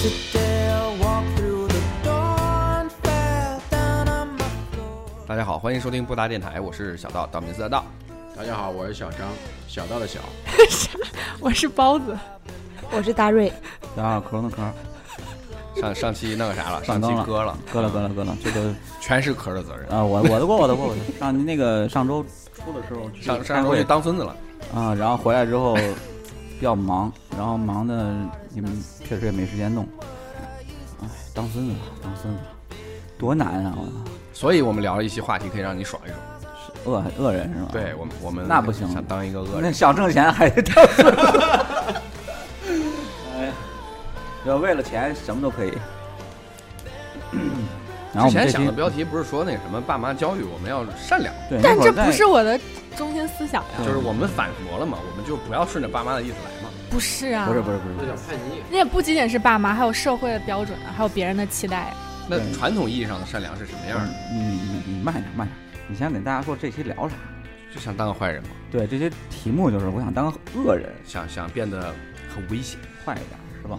Today I walked through the door and fell down on my floor. 大家好，欢迎收听布达电台，我是小道，道明寺的道。大家好，我是小张，小道的小，我是包子，我是大瑞，大家好，啊壳儿呢壳儿，上上期那个啥了，上上期纲了割了，割了割了割了，这个全是壳的责任。啊，我我的锅我的锅我的。上那个上周出的时候去上开上周会去当孙子了，啊，然后回来之后比较忙，然后忙的你们确实也没时间弄。哎，当孙子吧，当孙子吧，多难啊！我操，所以我们聊了一期话题，可以让你爽一爽。恶恶人是吧？对，我们我们啊那不行想当一个恶那人。想挣钱还得当孙子。 哎呀，要为了钱什么都 可以。然后之我们前这想期的标题不是说那什么爸妈教育我们要善良，对，但那会这儿不在是我的中心思想呀，嗯就是我们反驳了嘛，我们就不要顺着爸妈的意思来嘛。不是啊，不是不是不是这叫叛逆。那也不仅仅是爸妈，还有社会的标准啊，还有别人的期待啊。那对传统意义上的善良是什么样的？你你你慢点慢点，你先给大家说这期聊啥？就想当个坏人嘛，对，这些题目就是我想当个恶人，想想变得很危险。坏一点，是吧？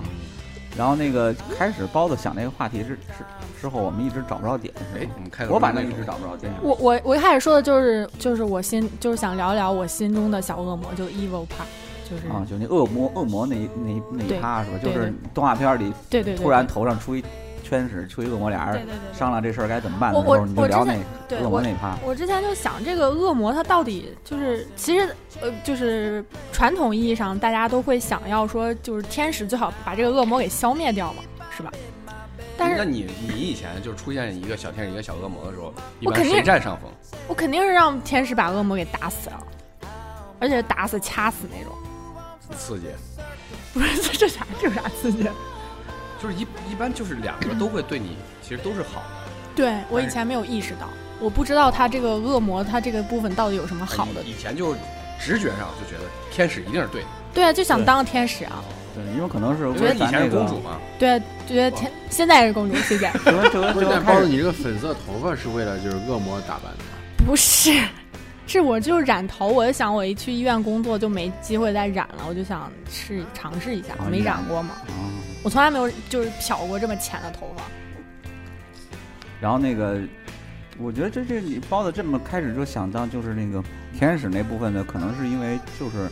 然后那个开始包子想那个话题是是之后，我们一直找不着点，哎是吧，我们开头我反那正一直找不着点。我我我一开始说的就是就是我心就是想聊聊我心中的小恶魔，就是 evil part，就是、啊，就那恶魔恶魔那一那一那一对趴是吧？就对是动画片里对对对，突然头上出一圈屎，出一恶魔俩对对人对对商量这事儿该怎么办的我时候，我你就我聊之那前对恶魔我那一趴。我之前就想，这个恶魔他到底就是，其实呃，就是传统意义上大家都会想要说，就是天使最好把这个恶魔给消灭掉嘛，是吧？但那是你你以前就出现一个小天使一个小恶魔的时候，一我般肯定谁占上风？我肯定是让天使把恶魔给打死了，而且打死掐死那种。刺激，不是这这啥这有啥刺激？啊就是一一般就是两个都会对你，其实都是好的。对我以前没有意识到，我不知道他这个恶魔他这个部分到底有什么好的。以以前就直觉上就觉得天使一定是对的，对啊，就想对当个天使啊。对，因为可能是因为为以咱前那是个公主，嘛，对，啊就觉得哦天现在也是公主，谢谢。 就跟就跟不，就是跟但开包子，始你这个粉色头发是为了就是恶魔打扮的吗？不是，是我就是染头，我就想我一去医院工作就没机会再染了，我就想试尝试一下，啊没你染染过嘛，啊。我从来没有就是漂过这么浅的头发。然后那个，我觉得这这你包子这么开始就想到就是那个天使那部分的，可能是因为就是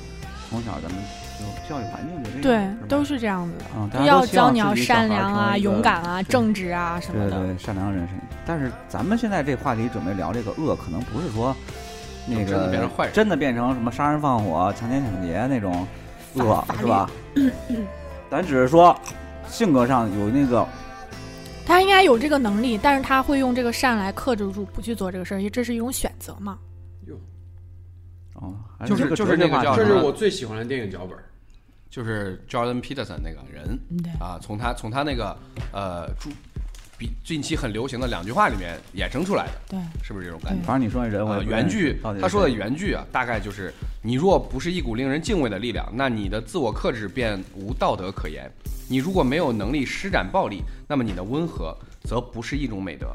从小咱们就教育环境就这样，嗯吧都是这样子啊，的，大家要都希教望你要自己小孩善良成啊、为一个勇敢啊、正直啊什么对的。对善良人生。但是咱们现在这话题准备聊这个恶，可能不是说那个就真的变成坏人真的变成什么杀人放火、强奸抢劫那种恶反法律是吧？咱只是说性格上有那个他应该有这个能力，但是他会用这个善来克制住，不去做这个事儿，因为这是一种选择嘛。哦，还就是这个就是哲学那个话叫题什么最喜欢的电影脚本。就是 Jordan Peterson 那个人嗯对啊，从他从他那个呃著比近期很流行的两句话里面衍生出来的，对，是不是这种感觉？反正你说那人我也呃，不原认识句到底啊是他说的谁原句啊，大概就是：你若不是一股令人敬畏的力量，那你的自我克制便无道德可言；你如果没有能力施展暴力，那么你的温和则不是一种美德。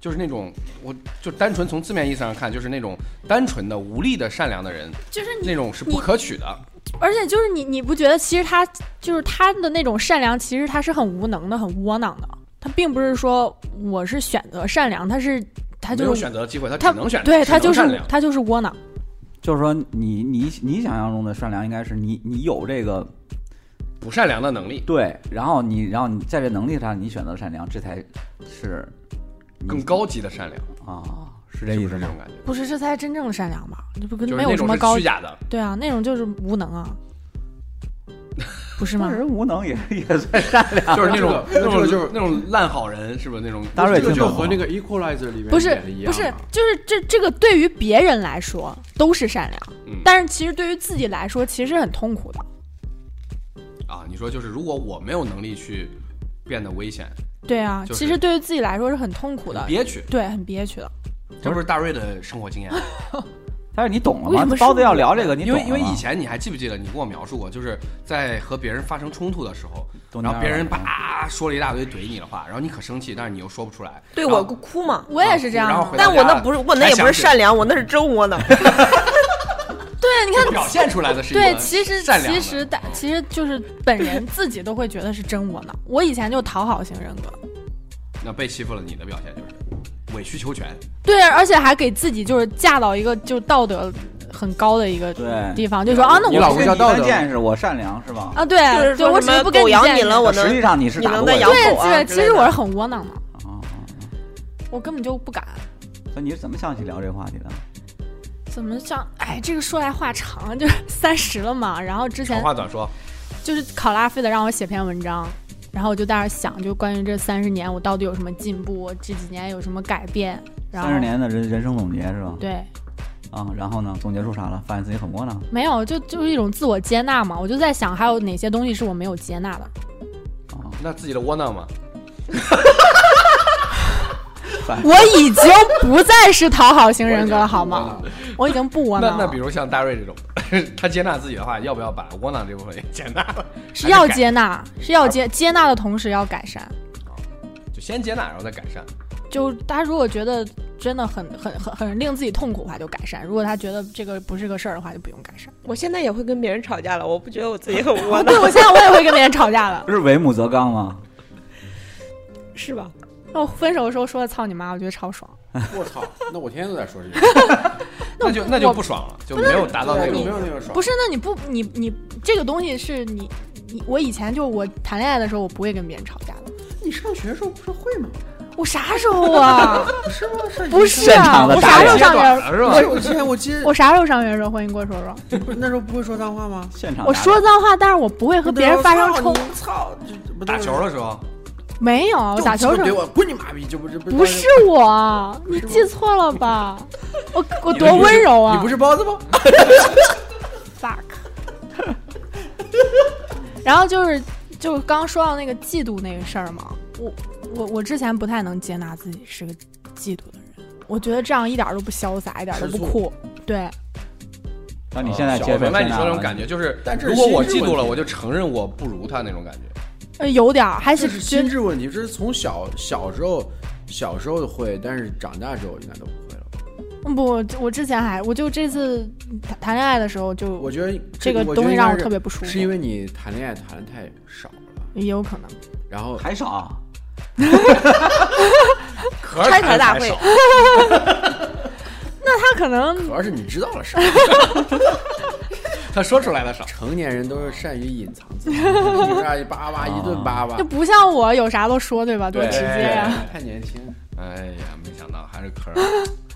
就是那种，我就单纯从字面意思上看，就是那种单纯的无力的善良的人，就是那种是不你可取的。而且就是你，你不觉得其实他就是他的那种善良，其实他是很无能的、很窝囊的。他并不是说我是选择善良，他是他没有就是选择的机会，他他只能选，对只他就能善是良。他就是窝囊。就是说你你你想象中的善良应该是你你有这个不善良的能力对，然后你然后你在这能力上你选择善良，这才是你更高级的善良，啊，是这是意不思是这吗？种感觉？不是，这才是真正的善良吧？这不跟就是没那有什种么是高虚假的，对啊，那种就是无能 啊，不是那吗？人无能也也算善良，就是那种这那种个这个就是那种烂好人，是不是那种？大瑞这个听就懂和了那个 Equalizer 里面不是演的一样不啊是，就是这这个对于别人来说都是善良，嗯但是其实对于自己来说其实很痛苦的。啊，你说就是，如果我没有能力去变得危险，对啊，就是其实对于自己来说是很痛苦的很，憋屈，对，很憋屈的。这不是大瑞的生活经验。 但是你懂了为什吗么？是包子要聊这个，你因懂为了吗因为以前你还记不记得你跟我描述过，就是在和别人发生冲突的时候，懂然后别人了吗叭说了一大堆怼你的话，然后你可生气，但是你又说不出来。对然后我哭嘛。我也是这样哦然后的，回到但我家那不是我那也不才想是起善良，我那是真窝囊。对对，你看表现出来的是一对，个其实善良其的实大其实就是本人自己都会觉得是真窝囊。我以前就讨好型人格，那被欺负了，你的表现就是委曲求全。对，而且还给自己就是架到一个就道德很高的一个对地方，就说啊，那你我老不公是叫你道的德吗，见识，我善良是吧？啊，对，就是对说我什只是么不跟狗见咬你面了，啊我实际能上你是你打能不再过咬的。狗啊对，之其类实的我是很窝囊的，哦我根本就不敢。所以你是怎么想起聊这个话题的？怎么像哎，这个说来话长，就是三十了嘛。然后之长前话短说，就是考拉非得让我写篇文章，然后我就在那儿想，就关于这三十年我到底有什么进步，我这几年有什么改变。然后三十年的人人生总结是吧？对，啊，然后呢，总结出啥了？发现自己很窝囊。没有就就是一种自我接纳嘛。我就在想还有哪些东西是我没有接 纳的。啊，那自己的窝囊嘛，我已经不再是讨好型人格了，好吗？我已经不窝那囊那比了，如像大瑞这种，他接纳自己的话，要不要把窝囊这部分也接纳了？是要接纳，是啊要接接纳的同时要改善。就先接纳，然后再改善。就他如果觉得真的很很很很令自己痛苦的话，就改善；如果他觉得这个不是个事儿的话，就不用改 善。 我现在也会跟别人吵架了，我不觉得我自己很 窝囊对，，我现在我也会跟别人吵架了。不是为母则刚吗？是 吧？ 那我分手的时候说的“操你妈”，我觉得超爽。我操！那我天天都在说这个， 那就那就不爽了，就没有达到那没个有那个爽。不是，那你不你你这个东西是你你我以前就我谈恋爱的时候，我不会跟别人吵架的。你上学的时候不是会吗？我啥时候啊？不 是吗？上不是擅啊，长地我打啥时候人上学？了是不吧？是我记得我记得我啥时候上学的时候？欢迎给我说说。不是那时候不会说脏话吗？现场我说脏话，但是我不会和别人发生冲。我操！这这不都打是球的时候，没有，啊我打球的时候对我滚你妈逼！这不这不不是我，你记错了 吧？我我你多你温柔啊！你不是包子吗？ fuck。然后就是就是刚刚说到那个嫉妒那个事儿嘛，我我我之前不太能接纳自己是个嫉妒的人，我觉得这样一点儿都不潇洒，一点儿都不酷。对，让你现在哦小啊接我受明白你说现那场种感觉，就是但这是如果我心智嫉妒了，问题我就承认我不如他那种感觉。呃，有点儿，还这是是觉心得智问题，这是从小小时候小时候会，但是长大之后应该都不会了。嗯不，我我之前还我就这次谈谈恋爱的时候就我觉得这个我觉得东西应让该我是特别不舒服是因为你谈恋爱谈的太少了，也有可能。然后还少，可是开台大会少那他可能主要是你知道了啥？他说出来的少。成年人都是善于隐藏自己，你这样叭叭一顿叭叭就，不像我有啥都说对吧？多啊对直接啊呀、太年轻了，哎呀，没想到还是壳儿啊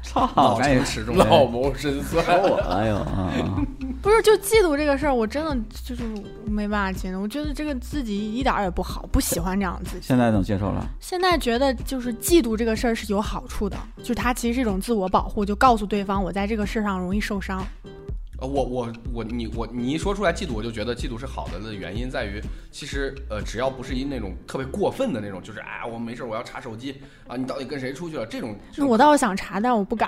操，赶紧始终老谋深算。我了又啊！不是，就嫉妒这个事儿，我真的就是没办法接受。我觉得这个自己一点儿也不好，不喜欢这样的自己。现在能接受了，现在觉得就是嫉妒这个事儿是有好处的，就是它其实是一种自我保护，就告诉对方我在这个事上容易受伤。呃，我我我你我你一说出来嫉妒，我就觉得嫉妒是好的的原因在于，其实呃，只要不是一那种特别过分的那种，就是哎，我没事儿我要查手机啊，你到底跟谁出去了？这种这那种我倒是想查，但是我不敢。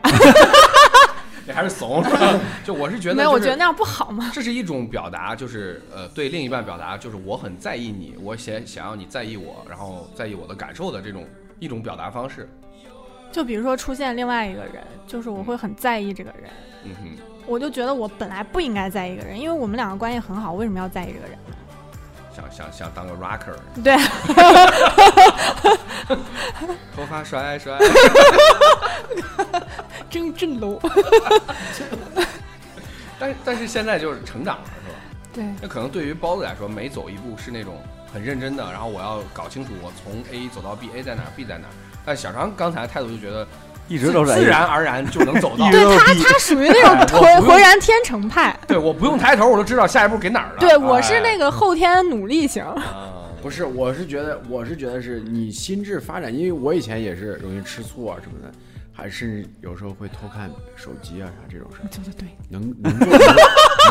你还是怂是吧？ 就我是觉得、没有，我觉得得那样不好嘛。这是一种表达，就是呃，对另一半表达，就是我很在意你，我想想要你在意我，然后在意我的感受的这种一种表达方式。就比如说出现另外一个人，就是我会很在意这个人，嗯哼，我就觉得我本来不应该在意一个人，因为我们两个关系很好，为什么要在意这个人？想想想当个 rocker，对， 头发甩甩。 真真 low。但是但是现在就是成长了，是吧？对，那可能对于包子来说，每走一步是那种很认真的，然后我要搞清楚我从 A 走到 B，A 在哪儿，B 在哪儿。但小常刚才态度就觉得一直都是自然而然就能走到一，直对都他，逼他属于那种哎我浑不用浑然天成派。对我不用抬头我都知道下一步给哪儿了。哎对，哎我是那个个后天努力型。嗯不是，我是觉得，我是觉得是你心智发展，因为我以前也是容易吃醋啊什么的，还是有时候会偷看手机啊啥这种事儿，对对对，能能做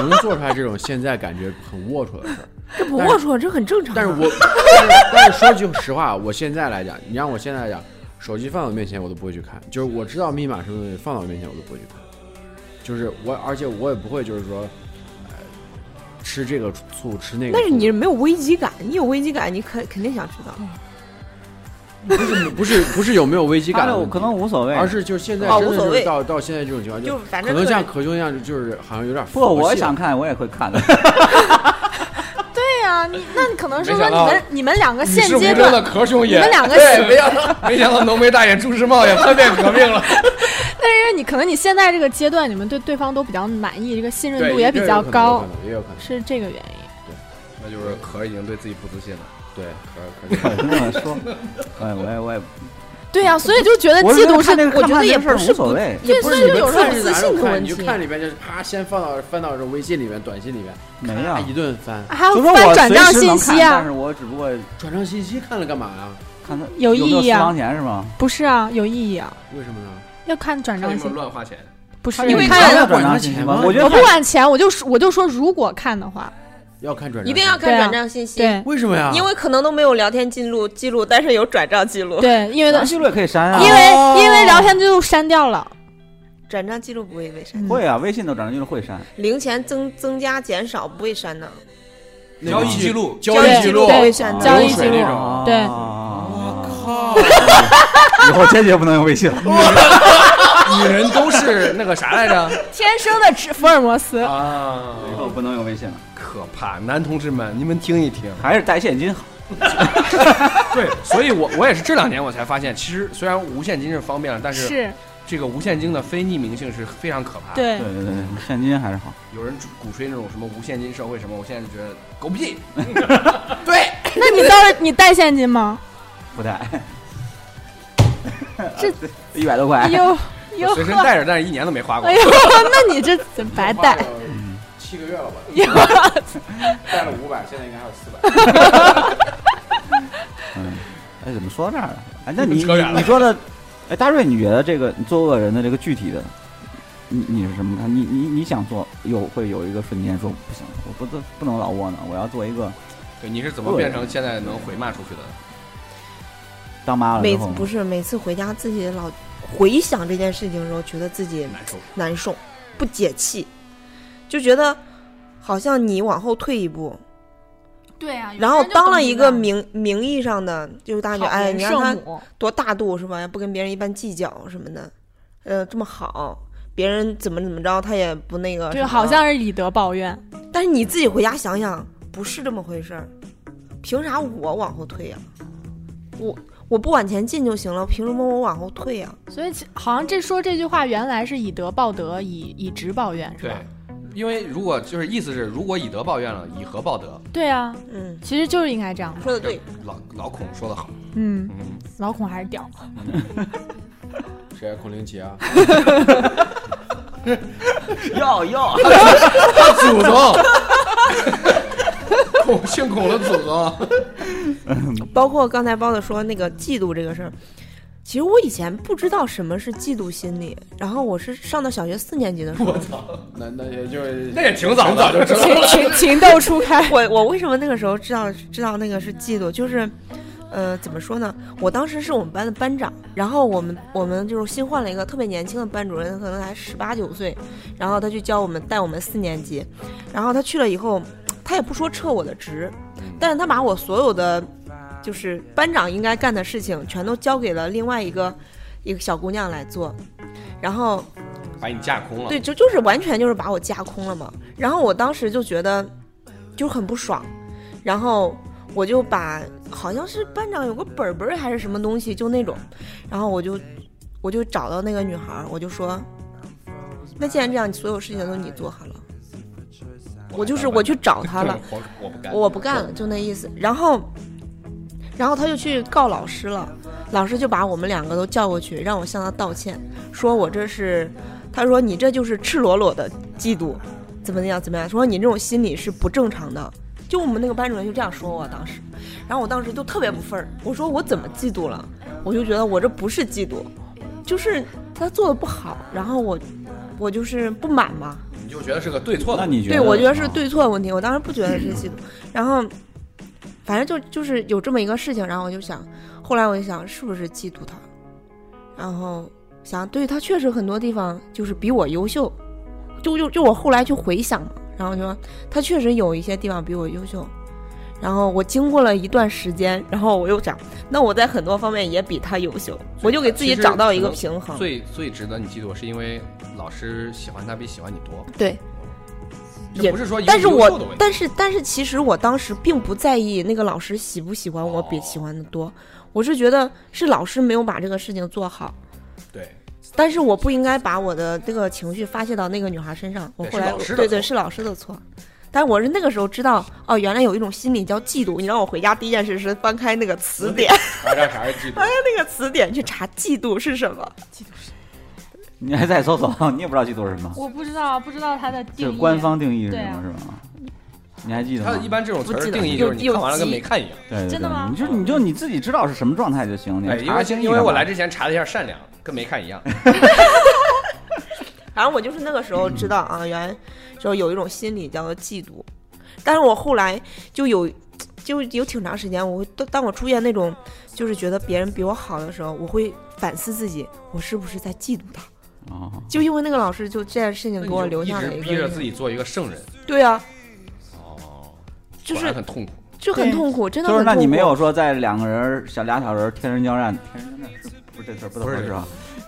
能能做出来这种现在感觉很龌龊的事儿。 这不龌龊，这很正常啊。但是我但是但是说句实话，我现在来讲，你让我现在来讲，手机放到我面前我都不会去看，就是我知道密码什么东西放到我面前我都不会去看，就是我而且我也不会就是说，呃，吃这个醋吃那嗯个醋，但是你没有危机感，你有危机感，你肯肯定想知道。不是不是不是有没有危机他感的的问我题，可能无所谓，而是就是现在哦真的无所就是谓到到现在这种情况，就就反可正能特像别可兄那样，就是好像有点不，佛系我了想看我也会看的。 对呀、你那你可能是没说想你到们你们两个你现是无阶声的段，壳兄你也，们两个对，没想到没想到浓眉大眼朱时茂也叛变革命了，但是因为你可能你现在这个阶段，你们对对方都比较满意，这个信任对度也比较高，，也有可能是这个原因。那就是壳已经对自己不自信了。也有可能，对，可可我就这么说，哎，我也我也，对呀、所以就觉得我嫉妒是是看这个，我觉看得这也个事儿不是无所谓。对，所以就有时候看是是哪自信种的看？问你就题看里边，就是啪，先放到翻到这微信里面、短信里面，没啪有，一顿翻，还有就说翻我转随账时信能看息但啊，是我只不过转账信息看了干嘛呀？看他有没有意义私啊房钱是吗？不是啊，有意义啊，为什么呢？要看转看账有没有信息，乱花钱？不是因为看看要要管转他账钱信息吗吗？我觉我得不管钱，我就说我就说如果看的话，要看转账，一定要对看啊转账信息，对为什么呀？因为可能都没有聊天记录记录，但是有转账记录，对，因为转的账记录也可以删啊因。哦为因为聊天记录删掉了，转账记录不会被删，嗯会啊，微信的转账记录会删，零钱增增加减少不会删的，那交个易记录，交交易易记记录录对不会删的，交易记流水录那种啊对啊靠， 以后坚决不能用微信了。哦女人都是那个啥来 着？天生的直福尔摩斯。啊，以后不能用微信了，可怕！男同志们，你们听一听。还是带现金好。对， 所以我我也是这两年我才发现，其实虽然无现金是方便了，但是是这个无现金的非匿名性是非常可怕。，对对，对对，对现金还是好。有人鼓吹那种什么无现金社会什么，我现在就觉得狗 屁。那你到时你带现金吗？不带。 这 一百哎多块，哟哎哟我随身呵，带着，但是一年都没花过哎。呦，那你这怎么白带？七个月了吧？ 哟，带了五百，现在应该还有四百。嗯，哎，怎么说到这儿了？哎，那你扯远了你说的，哎，大瑞，你觉得这个你做恶人的这个具体的，你你是什么看？你你你想做，有会有一个瞬间说不行，我不做不能老窝囊，我要做一个对，你是怎么变成现在能回骂出去的？当妈了每之次后，不是每次回家自己老回想这件事情的时候，觉得自己难受。难受，不解气，就觉得好像你往后退一步，对啊，然后当了一个名名义上的，就是大家觉得哎，你让他圣母，多大度是吧？不跟别人一般计较什么的，呃，这么好，别人怎么怎么着，他也不那个。对，好，像是以德报怨。但是你自己回家想想，不是这么回事儿，凭啥我往后退呀、我我不往前进就行了，凭什么我往后退呀、所以其好像这说这句话原来是以德报德，以以直报怨，是对吧？，因为如果就是意思是，如果以德报怨了，以和报德。对啊，嗯，其实就是应该这样。说的对，老老孔说的好，嗯，嗯，老孔还是屌。谁啊？孔令奇啊？要要， 他祖 宗，孔姓孔的祖宗，包括刚才包子说那个嫉妒这个事儿，其实我以前不知道什么是嫉妒心理，然后我是上到小学四年级的时候，那那也就是那也挺早的，早就知道了。情情窦初开， 我我为什么那个时候知道知道那个是嫉妒，就是，呃，怎么说呢？我当时是我们班的班长，然后我们我们就是新换了一个特别年轻的班主任，可能才十八九岁，然后他去教我们带我们四年级，然后他去了以后，他也不说撤我的职，但是他把我所有的就是班长应该干的事情全都交给了另外一个一个小姑娘来做，然后把你架空了。对，就就是完全就是把我架空了嘛。然后我当时就觉得就很不爽，然后我就把好像是班长有个本本儿还是什么东西，就那种，然后我就我就找到那个女孩儿，我就说，那既然这样，所有事情都你做好了，我就是我去找她了。 我我不干，我不干了，就那意思。然后，然后他就去告老师了，老师就把我们两个都叫过去，让我向他道歉，说我这是，他说你这就是赤裸裸的嫉妒，怎么样怎么样，说你这种心理是不正常的。就我们那个班主任就这样说我当时，然后我当时就特别不忿儿，我说我怎么嫉妒了？我就觉得我这不是嫉妒，就是他做的不好，然后我我就是不满嘛，你就觉得是个对错那的。你觉得？对，我觉得是对错的问题。我当时不觉得是嫉妒，然后反正就就是有这么一个事情，然后我就想，后来我就想是不是嫉妒他，然后想对他确实很多地方就是比我优秀，就就就我后来去回想嘛，然后就说他确实有一些地方比我优秀，然后我经过了一段时间，然后我又想，那我在很多方面也比他优秀，我就给自己找到一个平衡。最最值得你记住，是因为老师喜欢他比喜欢你多，对，这也不是说一个但是优秀的我问题。但是但是其实我当时并不在意那个老师喜不喜欢我比喜欢的多，我是觉得是老师没有把这个事情做好，对，但是我不应该把我的这个情绪发泄到那个女孩身上。我对后是来老师的对对错是老师的错，但是我是那个时候知道哦，原来有一种心理叫嫉妒。你让我回家第一件事是翻开那个词 典，啥啥啥记住。那个词典去查嫉妒是什么。你还在搜索， 你也不知道嫉妒是什 么，我不知道，不知道它的定就义。官方定义是对什啊么，是吗？你还记得他吗？一般这种词不儿记得定义就是有你看完了有跟鸡没看一样。对对对，真的吗你就你就你自己知道是什么状态就行。你哎，因查为清因为我来这，之前查了一下善良，跟没看一样。反正我就是那个时候知道啊，原来就有一种心理叫做嫉妒。但是我后来就有，就有挺长时间，我会当我出现那种就是觉得别人比我好的时候，我会反思自己，我是不是在嫉妒他？哦就因为那个老师就这件事情 给我那你就留下了一一个直逼着印象自己做一个圣人，对啊，哦，就果然是很痛苦。就很痛苦，真的就是很那痛苦。你没有说在两个人小俩小人天人交战，天人交战是不是这词儿不太合适啊？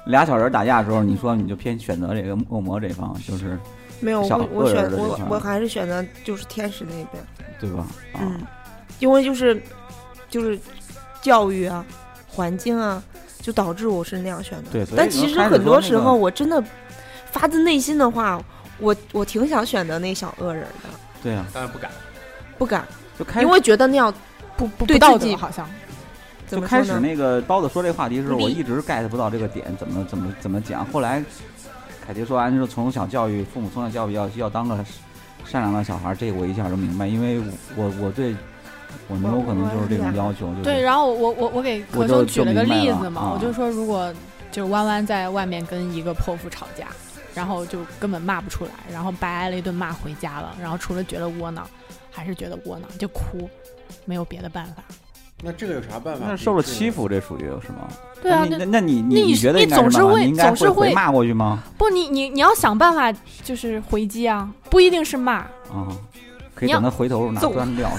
俩小人打架的时候，你说你就偏选择这个恶魔这方，就是没有，小我我恶人选的地我方我还是选择就是天使那一边，对吧？啊，嗯，因为就是就是教育啊、环境啊，就导致我是那样选的。对所以但你其们实开始很说多那时个候，我真的发自内心的话，我我挺想选择那小恶人的，对啊，当然不敢，不敢，就开因为觉得那样不不对不道自己德好像。怎就么开说始呢？那个包子说这话题的时候，立我一直 get 不到这个点，怎么怎么怎么讲。后来凯迪说完之后，从小教育父母从小教育要要当个善良的小孩，这我一下就明白，因为我我我对我女友可能就是这种要求，就是对，然后我我我给嗯我何就生举就了个明白例了子嘛，啊我就说如果就是弯弯在外面跟一个泼妇吵架，然后就根本骂不出来，然后白挨了一顿骂回家了，然后除了觉得窝囊，还是觉得窝囊就哭，没有别的办法。那这个有啥办法？那受了欺负，这属于是吗？对啊，那那你那你那你你觉得你应该什么总是会你应该总是回会骂过 去吗？不你你你要想办法就是回击啊，不一定是骂，啊，可以你要等他回头拿揍砖撂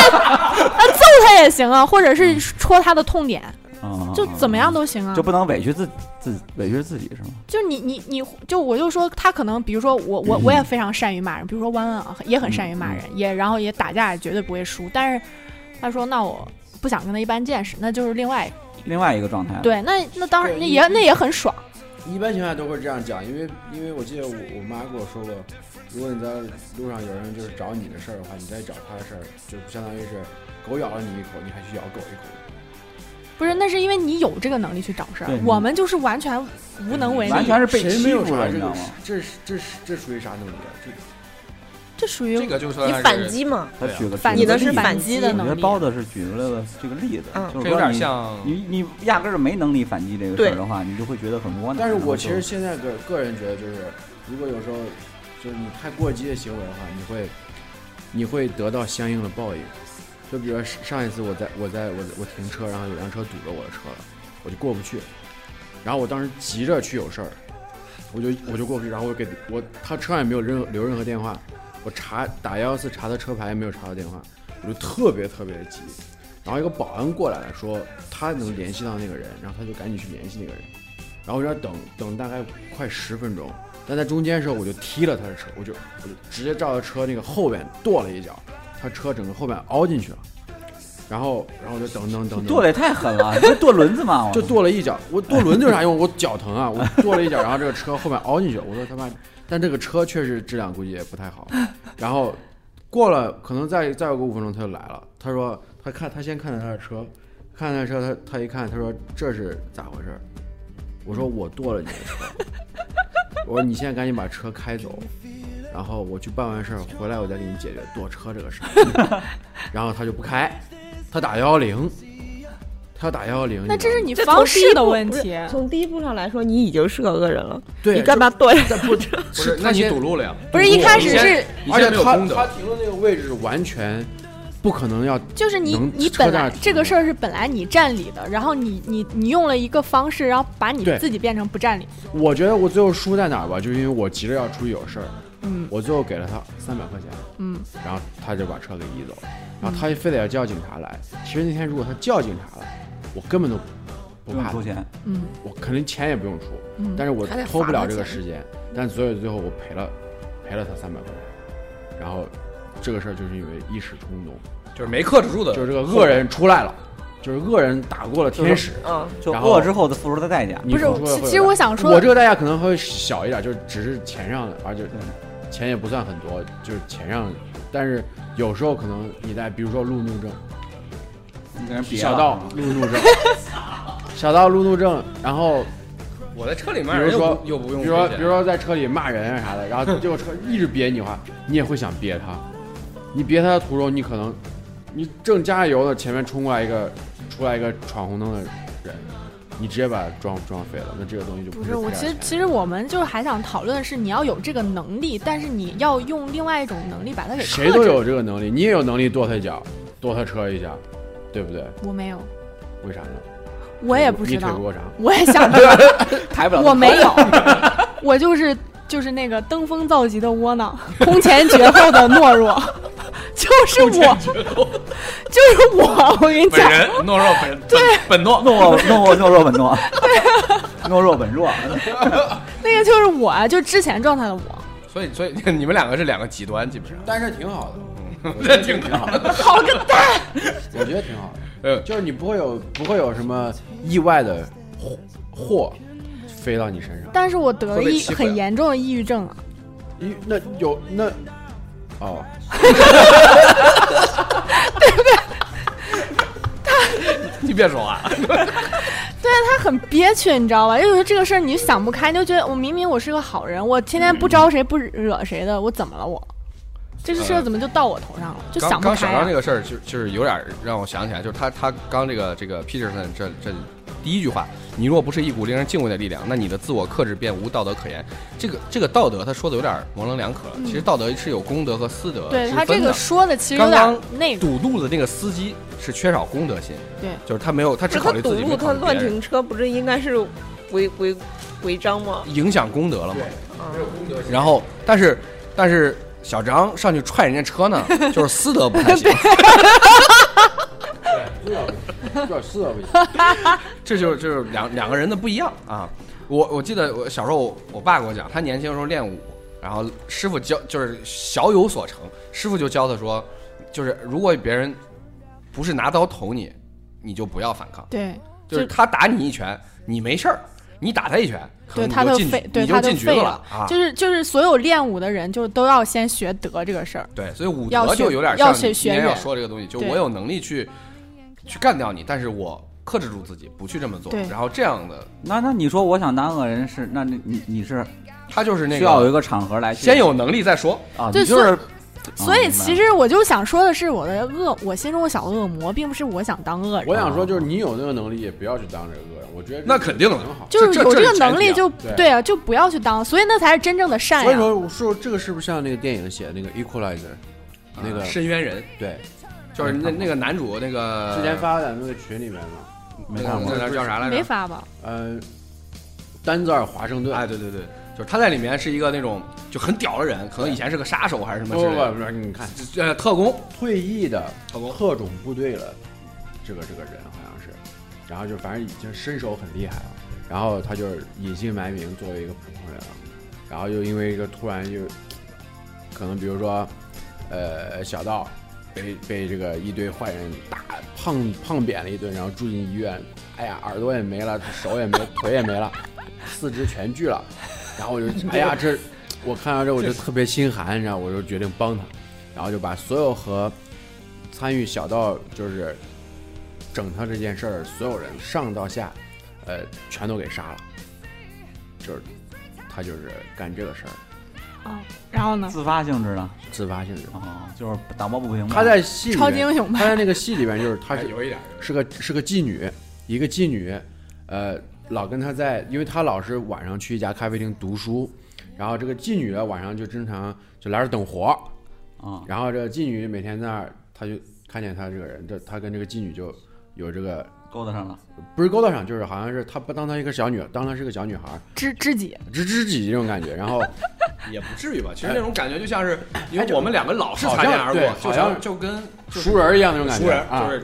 揍他也行啊，或者嗯是戳他的痛点，他，啊， 就啊怎么样都行啊就。不能委屈自自委屈自己是吗？就你你你就我就说他可能，比如说我我我也非常善于骂人，比如说弯弯啊也很善于骂人，也然后也打架也绝对不会输，但是他说那我不想跟他一般见识，那就是另外另外一个状态，对，那那当然对那你也那也很爽，一般情况下都会这样讲，因为因为我记得我我妈跟我说过，如果你在路上有人就是找你的事儿的话，你再找他的事儿，就相当于是狗咬了你一口，你还去咬狗一口，不是那是因为你有这个能力去找事儿对，我们就是完全无能为完力，全是被谁欺没有负啥了，这你知道个吗？？这是这是这属于啥能力啊？这这属这于个就算你是反，击嘛？他举个反你举个的例是子反击击的我觉能得力。啊包子是举了这个例子，嗯就是这说有点你像你你压根儿没能力反击这个事儿的话，你就会觉得很窝囊。但是我其实然后现在个个人觉得就是，如果有时候就是你太过激的行为的话，你会你会得到相应的报应。就比如说上一次我在我在我我停车，然后有辆车堵着我的车了，我就过不去，然后我当时急着去有事儿，我就我就过去，然后我给我他车上也没有任何留任何电话，我查打幺幺四查他车牌也没有查到电话，我就特别特别的急。然后一个保安过来了，说他能联系到那个人，然后他就赶紧去联系那个人。然后我在那等等大概快十分钟，但在中间的时候我就踢了他的车，我就我就直接照着车那个后边跺了一脚，他车整个后边凹进去了，然后然后我就等等等就等，跺的也太狠了，你这跺轮子嘛，我 就跺了一脚，我跺轮子有啥用？我脚疼啊，我跺了一脚，然后这个车后面凹进去，我说他妈，但这个车确实质量估计也不太好。然后过了可能再再有个五分钟他就来了，他说他看他先看了他的车，看了他的车他他一看他说这是咋回事儿？我说我跺了你的车，我说你现在赶紧把车开走，然后我去办完事儿回来我再给你解决跺车这个事儿。 然后他就不开，他打幺幺零。他要打幺幺零，那这是你这方从第一式的步问不是题，从第一步上来说，你已经是个恶人了，对你干嘛对？但不不是是？那你先堵路了呀？不是一开你始先是你而先且没有他功他德，停的那个位置完全不可能要就是你能你车本站来停这个吗事儿是本来你占理的，然后你你你用了一个方式，然后把你对自己变成不占理。我觉得我最后输在哪儿吧，就是因为我急着要出去有事儿，嗯，我最后给了他三百块钱，嗯，然后他就把车给移走了。然后嗯他非得要叫警察来。其实那天如果他叫警察来，我根本都不不怕出，钱，嗯我肯定钱也不用出，嗯，但是我还得拖罚不了他这个钱时间。但所以最后我赔了，赔了他三百块钱。然后这个事儿就是因为一时冲动，就是没克制住的，就是这个恶人出来了，就是恶人打过了天使。嗯，就然饿后之后的付出的代价。你不是付出的会有其其实我想说我这个代价可能会小一点，就是只是钱上的，而且嗯钱也不算很多，就是钱上。但是有时候可能你在比如说路怒症，你给人别小了 到路 怒症，小到路怒症，然后我在车里比面，如说又不比用，如说比如说在车里骂人啊啥的，然后结果车一直憋你的话，你也会想憋他。你憋他的途中，你可能你正加着油呢，前面冲过来一个出来一个闯红灯的人，你直接把他撞撞飞了，那这个东西就不是是，我赔其点实钱其实我们就是还想讨论的是，你要有这个能力，但是你要用另外一种能力把它给克谁都制有这个能力，你也有能力跺他一脚，跺他车一下，对不对？我没有，为啥呢？我也不知你腿道不，够长，我也 想知抬不道，了。我没有，我就是就是那个登峰造极的窝囊，空前绝后的懦 弱，就是我，就是我，我跟你哎讲，人懦弱本对本懦，懦弱懦弱懦弱 本懦，懦弱本弱。那个就是我，就之前状态的我，所以所 以你们两个是两个极端，基本 上但是挺好的，我觉这得挺 好的，好个蛋，我觉得嗯挺好的。呃就是你不会有不会有什么意外的祸祸飞到你身上。但是我得了会被抑欺负呀很严重的抑郁症啊，一那有那哦， 你别说啊话，他很憋屈，你知道吧？就有时候这个事儿你就想不开，你就觉得我明明我是个好人，我天天不招谁不惹谁的，我怎么了我？这个事儿怎么就到我头上了？就想刚不刚开小张啊、这个事儿，就就是有点让我想起来，就是他他刚这个这个 Peterson 这这第一句话，你若不是一股令人敬畏的力量，那你的自我克制便无道德可言。这个这个道德，他说的有点模棱两可。其实道德是有公德和私德嗯对之他这分个的。说的其实有刚刚点那个，堵路的那个司机是缺少公德心，对，就是他没有，他只这他考虑堵自己，路，没他考虑别乱人，停车，不是应该是违违违章吗？影响公德了嘛。啊，然后，但是但是小张上去踹人家 车呢，就是私德不太行，有点是啊， 这就是就是两两个人的不一样啊。我我记得我小时候我我爸给我讲，他年轻的时候练武，然后师傅教就是小有所成，师傅就教他说，就是如果别人不是拿刀捅你，你就不要反抗，对，就是他打你一拳，你没事儿，你打他一拳，可对能他你都就进废，对你他就都进局子废了啊。就是就是所有练武的人，就都要先学德这个事儿。对，所以武要德学就有点要像学你今天学要人说这个东西，就对我有能力去去干掉你，但是我克制住自己，不去这么做对。然后这样的，那那你说我想当恶人是，那你你你是他就是那需要有个一个场合来去先有能力再说。啊，对你就是哦哦所以明白其实我就想说的是，我的恶，我心中的小恶魔，并不是我想当恶人我，想说就是你有那个能力，也不要去当这个恶人。我觉得这那肯定的很好。就是这有这这这个是能前提力啊就对对啊，就不要去当，所以那才是真正的善所以良。说，我说这个是不是像那个电影写的那个 Equalizer，那个深渊人，对，就是那那个男主那个之前发在那个群里面嘛，没那看过个，那叫啥来没着？法吧？呃，丹泽尔华盛顿，哎，对对对，就是他在里面是一个那种就很屌的人，可能以前是个杀手还是什么不之哦不类的，不不，你看呃，特工，退役的特工，特种部队了，这个这个人好像是，然后就反正已经身手很厉害了，然后他就是隐姓埋名作为一个普通人，然后又因为一个突然就，可能比如说，呃，小道被被这个一堆坏人打胖胖扁了一顿，然后住进医院，哎呀，耳朵也没了，手也没，腿也没了， 四肢全锯了，然后我就哎呀这，我看到这我就特别心寒，然后我就决定帮他，然后就把所有和参与小到就是整他这件事儿，所有人上到下，呃，全都给杀了，就是他就是干这个事儿，啊，然后呢？自发性质的自发性质。啊，就是打抱不平嘛。他在戏里面超级英雄吧他在那个戏里面就是他哎是有一点，是个是个妓女，一个妓女，呃，老跟他在，因为他老是晚上去一家咖啡厅读书，然后这个妓女呢晚上就经常就来这儿等活儿，啊，然后这个妓女每天在那儿，他就看见他这个人，这他跟这个妓女就有这个勾搭上了，不是勾搭上，就是好像是他不当她一个小女，当她是个小女孩儿，知知己，知知己这种感觉。然后也不至于吧。其实那种感觉就像是，因为我们两个老是擦肩而过就哎，好像对好像像就跟就是熟人一样那种感觉，熟人啊就是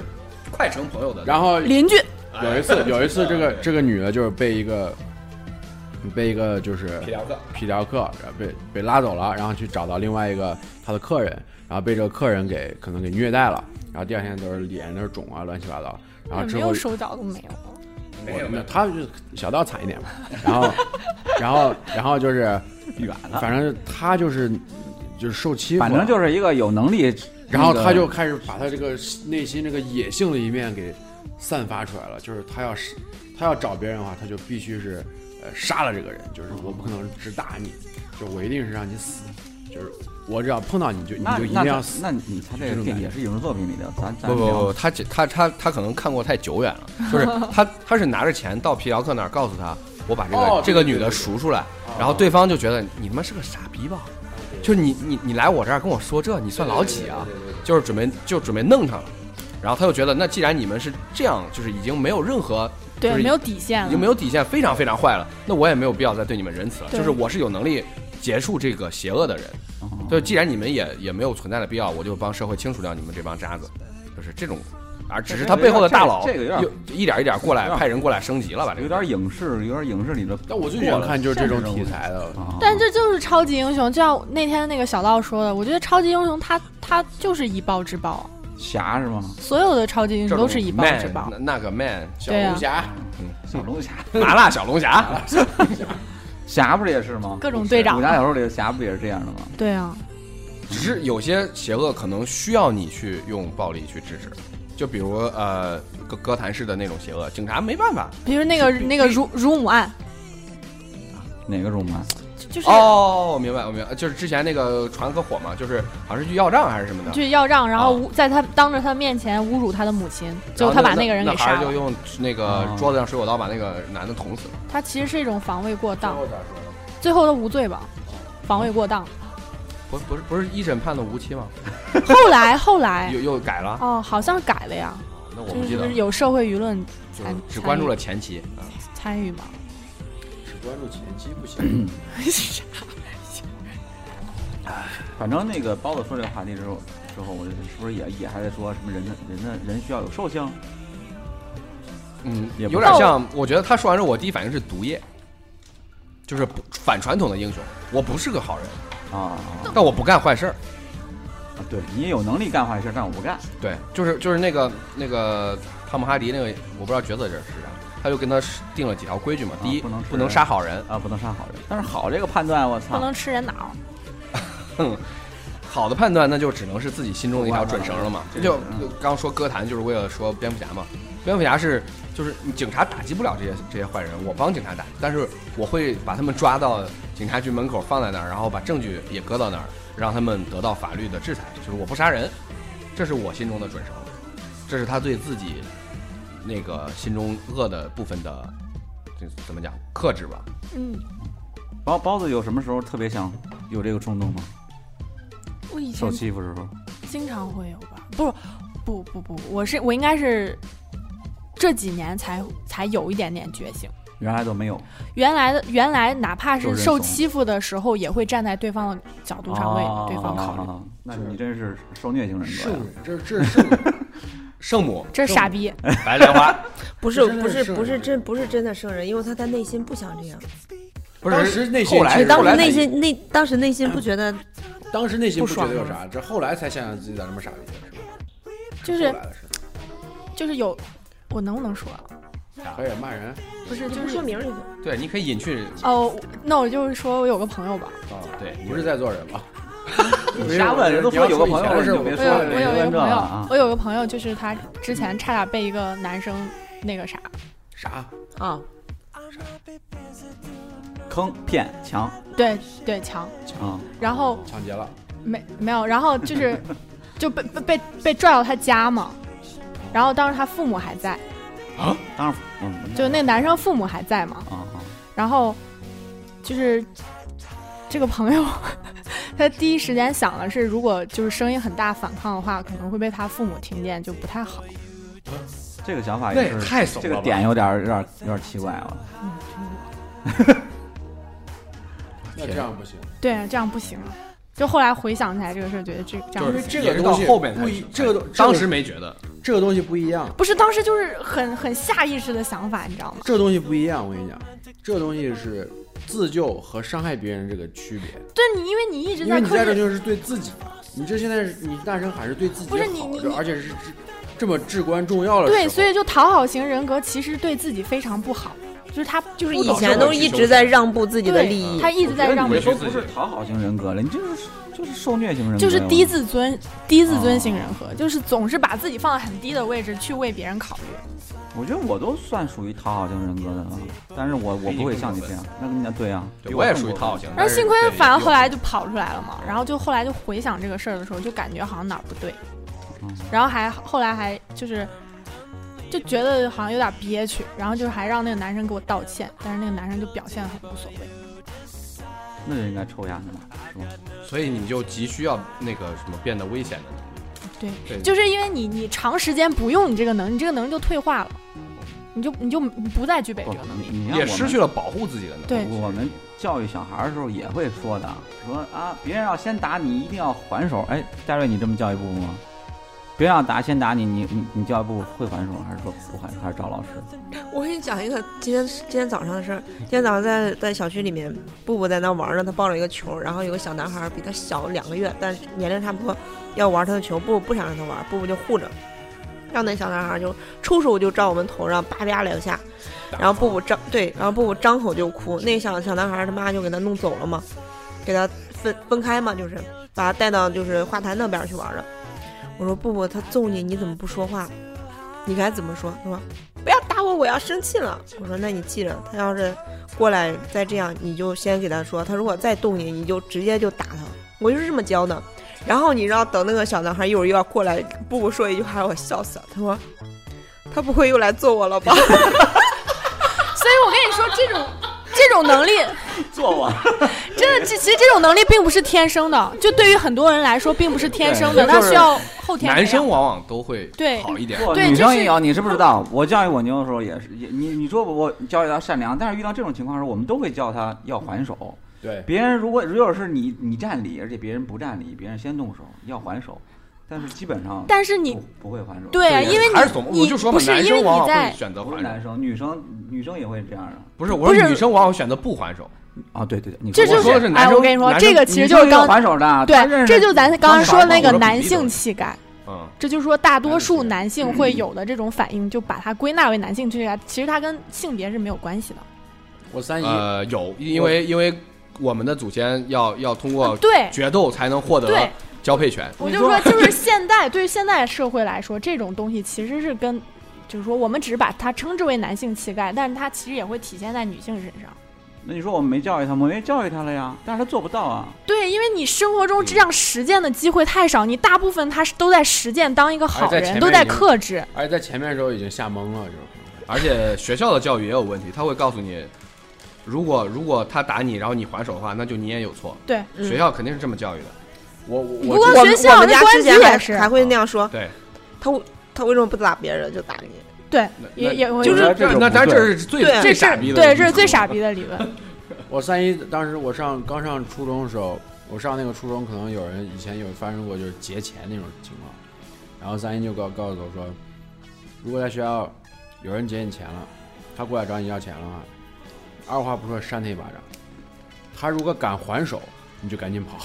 快成朋友的。然后邻居哎有一次，有一次，这个对这个女的就是被一个被一个就是皮条客，皮条客，然后被被拉走了，然后去找到另外一个她的客人，然后被这个客人给可能给虐待了，然后第二天都是脸都是肿啊，乱七八糟，然后也之没后有手脚都没有。没有没那有，他就是小道惨一点嘛，然后然后然后就是远了，反正他就是就是受欺负了，反正就是一个有能力，然那后个他就开始把他这个内心这个野性的一面给散发出来了，就是他要是他要找别人的话，他就必须是呃杀了这个人，就是我不可能只打你，就我一定是让你死，就是我只要碰到你就你那就一定那要那死。那你他这这个种电感觉也是影视作品里的，咱咱不不聊不，他他他他可能看过太久远 了，就是他他是拿着钱到皮条客那儿告诉他，我把这个、哦这对个对女的对赎出来，然后对哦啊方就觉得你他妈是个傻逼吧，就是你你你来我这儿跟我说这，你算老几啊？就是准备就准备弄他了，然后他就觉得那既然你们是这样，就是已经没有任何对，就是没有底线已了，经没有底线，非常非常坏了，那我也没有必要再对你们仁慈了，对就是我是有能力结束这个邪恶的人。嗯就既然你们也也没有存在的必要，我就帮社会清除掉你们这帮渣子，就是这种，而只是他背后的大佬，这个有点又一点一点过来有点派人过来升级了吧，这有个点影视，有点影视里的。但我最喜欢看就是这种题材的，啊，但这就是超级英雄，就像那天那个小道说的，我觉得超级英雄他他就是以暴制暴，侠是吗？所有的超级英这雄种都是以暴 man，制暴那。那个 man 小对啊 武侠小龙侠，麻辣小龙侠，侠不是也是吗？各种队长啊武侠小说里的侠不也是这样的吗？对啊，只是有些邪恶可能需要你去用暴力去制止，就比如呃哥哥谭市的那种邪恶，警察没办法比如那个那个乳乳母案，哪个种吗？就就是哦，我明白，我明白，就是之前那个船和火嘛，就是好像是去要账还是什么的，就是要让，然啊后侮在他当着他面前侮辱他的母亲，最后他把那那个人给那杀孩儿就了。用那个哦桌子上水果刀把那个男的捅死了。他其实是一种防卫过当，最后的无罪吧，防卫过 当。不不是不是一审判的无期吗？后来后来又又改了，哦，好像改了呀，那我就不记得是了，有社会舆论就参只关注了前期。啊参与嘛。只关注前期不 行，反正那个包子说这个话题之后，之后我就是不是也也还在说什么人的人的人需要有兽性？嗯，也不有点像，我觉得他说完之后，我第一反应是毒液，就是不反传统的英雄。我不是个好人，啊，但我不干坏事儿。对你有能力干坏事，但我不干。对，就是就是那个那个汤姆哈迪那个，我不知道角色这是啥，他就跟他定了几条规矩嘛。啊第一，不能吃不能杀好人，啊，不能杀好人，但是好这个判断，我不操，能吃人脑。好的判断，那就只能是自己心中的一条准绳了嘛。这这个就刚说歌坛，就是为了说蝙蝠侠嘛。蝙蝠侠是就是你警察打击不了这些这些坏人，我帮警察打，但是我会把他们抓到警察局门口放在那儿，然后把证据也搁到那儿，让他们得到法律的制裁。就是我不杀人，这是我心中的准绳，这是他对自己那个心中恶的部分的这怎么讲克制吧。嗯，包包子有什么时候特别想有这个冲动吗？我以受前欺负时候，经常会有吧？不，不不不，我是我应该是这几年才才有一点点觉醒。原来都没有。原来的原来，哪怕就是认受怂欺负的时候，也会站在对方的角度上为啊对方考虑。那你真是受虐型人是格呀。这这是圣母这是傻逼，白莲花不是真的不是是不是圣真不是真的圣人，因为他他内心不想这样。不当是时内心后来其实当后哎来时内才心内当时内心不觉得，当时内心不不觉爽得有吗啥，这后来才想想自己咋这么傻逼，是吧？就是后来的事就是有，我能不能说啊？可以骂人不是，你就不是说名儿就行。对，你可以隐去哦，我那我就是说我有个朋友吧，啊，对你不是在做人吧？瞎问人都说有个朋友，你你要就别我说有哎了，我有一个别问这朋了友啊，。我有个朋友，就是他之前差点被一个男生那个啥，啥？啊，坑骗强对对强，啊，然后抢劫了，没没有，然后就是 就被被被被拽到他家嘛，然后当时他父母还在，当然嗯，就那男生父母还在嘛，啊啊，然后就是这个朋友， 他第一时间想的是，如果就是声音很大反抗的话，可能会被他父母听见，就不太好。这个想法那也也是，太怂了吧。这个点有点有点有点奇怪了。那那填这样不行。对，这样不行。啊就后来回想起来这个事儿，觉得这这样就不是行这个也是到东西后面才哎不一这个东当时没觉得，这个东西不一样，不是当时就是很很下意识的想法，你知道吗？这个东西不一样。我跟你讲，这个东西是自救和伤害别人这个区别，对你，因为你一直因在为你克在这制，就是对自己，你这现在是你大声喊是对自己不是你好你的，你而且是至这么至关重要的时对，候所以就讨好型人格其实对自己非常不好，就是他就就是是一以导致前都我去一收直拾在让步自己的利益他。一直在让我我觉得委你屈自都己不是讨好型人格了，你就是就是受虐型人格，就是低我自尊、低自哦尊型人格，就是总是把自己放在很低的位置去为别人考虑。哎我觉得我都算属于讨好型人格的啊，但是我我不会像你这样。那那对啊，对我也属于讨好型。然但后是幸亏对反而后来就跑出来了嘛，然后就后来就回想这个事儿的时候，就感觉好像哪儿不对，嗯然后还后来还就是就觉得好像有点憋屈，然后就还让那个男生给我道歉，但是那个男生就表现得很无所谓。那就应该抽烟的嘛，是吧？所以你就急需要那个什么变得危险的能力。对，对就是因为你你长时间不用你这个能，你这个能力就退化了，你就你就不再具备这不个能力。你你哎让也我们失去了保护自己的能力。对我们教育小孩儿的时候也会说的，说啊，别人要先打你，一定要还手。哎，戴瑞，你这么教育步步吗？别人要打先打你，你你你教育步步会还手还是说不还手，还是找老师？我给你讲一个今天今天早上的事儿。今天早上在在小区里面，布布在那玩儿呢，他抱了一个球，然后有个小男孩儿比他小两个月，但是年龄差不多，要玩他的球，布布不想让他玩，布布就护着，让那小男孩儿就出手就照我们头上叭叭两下，然后布布张对，然后布布张口就哭，那小小男孩儿他妈就给他弄走了嘛，给他分分开嘛，就是把他带到就是花坛那边儿去玩儿了。我说布布，他揍你，你怎么不说话？你该怎么说？他说不要打我，我要生气了。我说那你记着，他要是过来再这样，你就先给他说，他如果再动你，你就直接就打他。我就是这么教的。然后你知道，等那个小男孩一会儿又要过来，布布说一句话，我笑死了。他说他不会又来揍我了吧？所以我跟你说，这种 这种能力，做我。真的，其其实这种能力并不是天生的，就对于很多人来说，并不是天生的，对他就是需要后天培养。男生往往都会对好一点，不，对啊女就生是也有，你是不是知道？我教育我妞的时候也是，也你你说我教育她善良，但是遇到这种情况的时候，我们都会叫她要还手。对别人如果如果是你你占理，而且别人不占理，别人先动手要还手，但是基本上但是你不不会还手。对啊，因为还是总你我就你说不嘛，是男因为生往你往会在选择不还是男手，生，女生女生也会这样的不是不我说是女生往往选择不还手，啊！对对对，你这我就说我是说的是男哎，生我跟你说，男生这个其实就是女生也有刚还手的，她对，认识这就咱刚刚说那个男我性说气概，嗯，这就是说大多数男性会有的这种反应，就把它归纳为男性气概，其实它跟性别是没有关系的。我三姨，呃，有，因为因为我们的祖先要要通过嗯对决斗才能获得对交配权，我你就说说， 就是现代对于现代社会来说，这种东西其实是跟，就是说我们只是把它称之为男性气概，但是它其实也会体现在女性身上。那你说我们没教育她吗？我也教育她了呀，但是她做不到啊。对，因为你生嗯活中这样实践的机会太少，你大部分他是都在实践当一个好而且在前人，面都在已经克制。而且在前面的时候已经吓懵了，就是而且学校的教育也有问题，他会告诉你，如果如果他打你，然后你还手的话，那就你也有错，对，嗯学校肯定是这么教育的，我我不过我我学们校我们家那之关前机也还是还会那样说，对，他他为什么不打别人就打你？对，那那也也会就是那那咱这是最对最这傻逼是的，对，这是最傻逼的理论。我三一当时我上刚上初中的时候，我上那个初中可能有人以前有发生过就是劫钱那种情况，然后三一就告告诉我说，如果在学校有人劫你钱了，他过来找你要钱的话，二话不说扇他一巴掌，他如果敢还手，你就赶紧跑，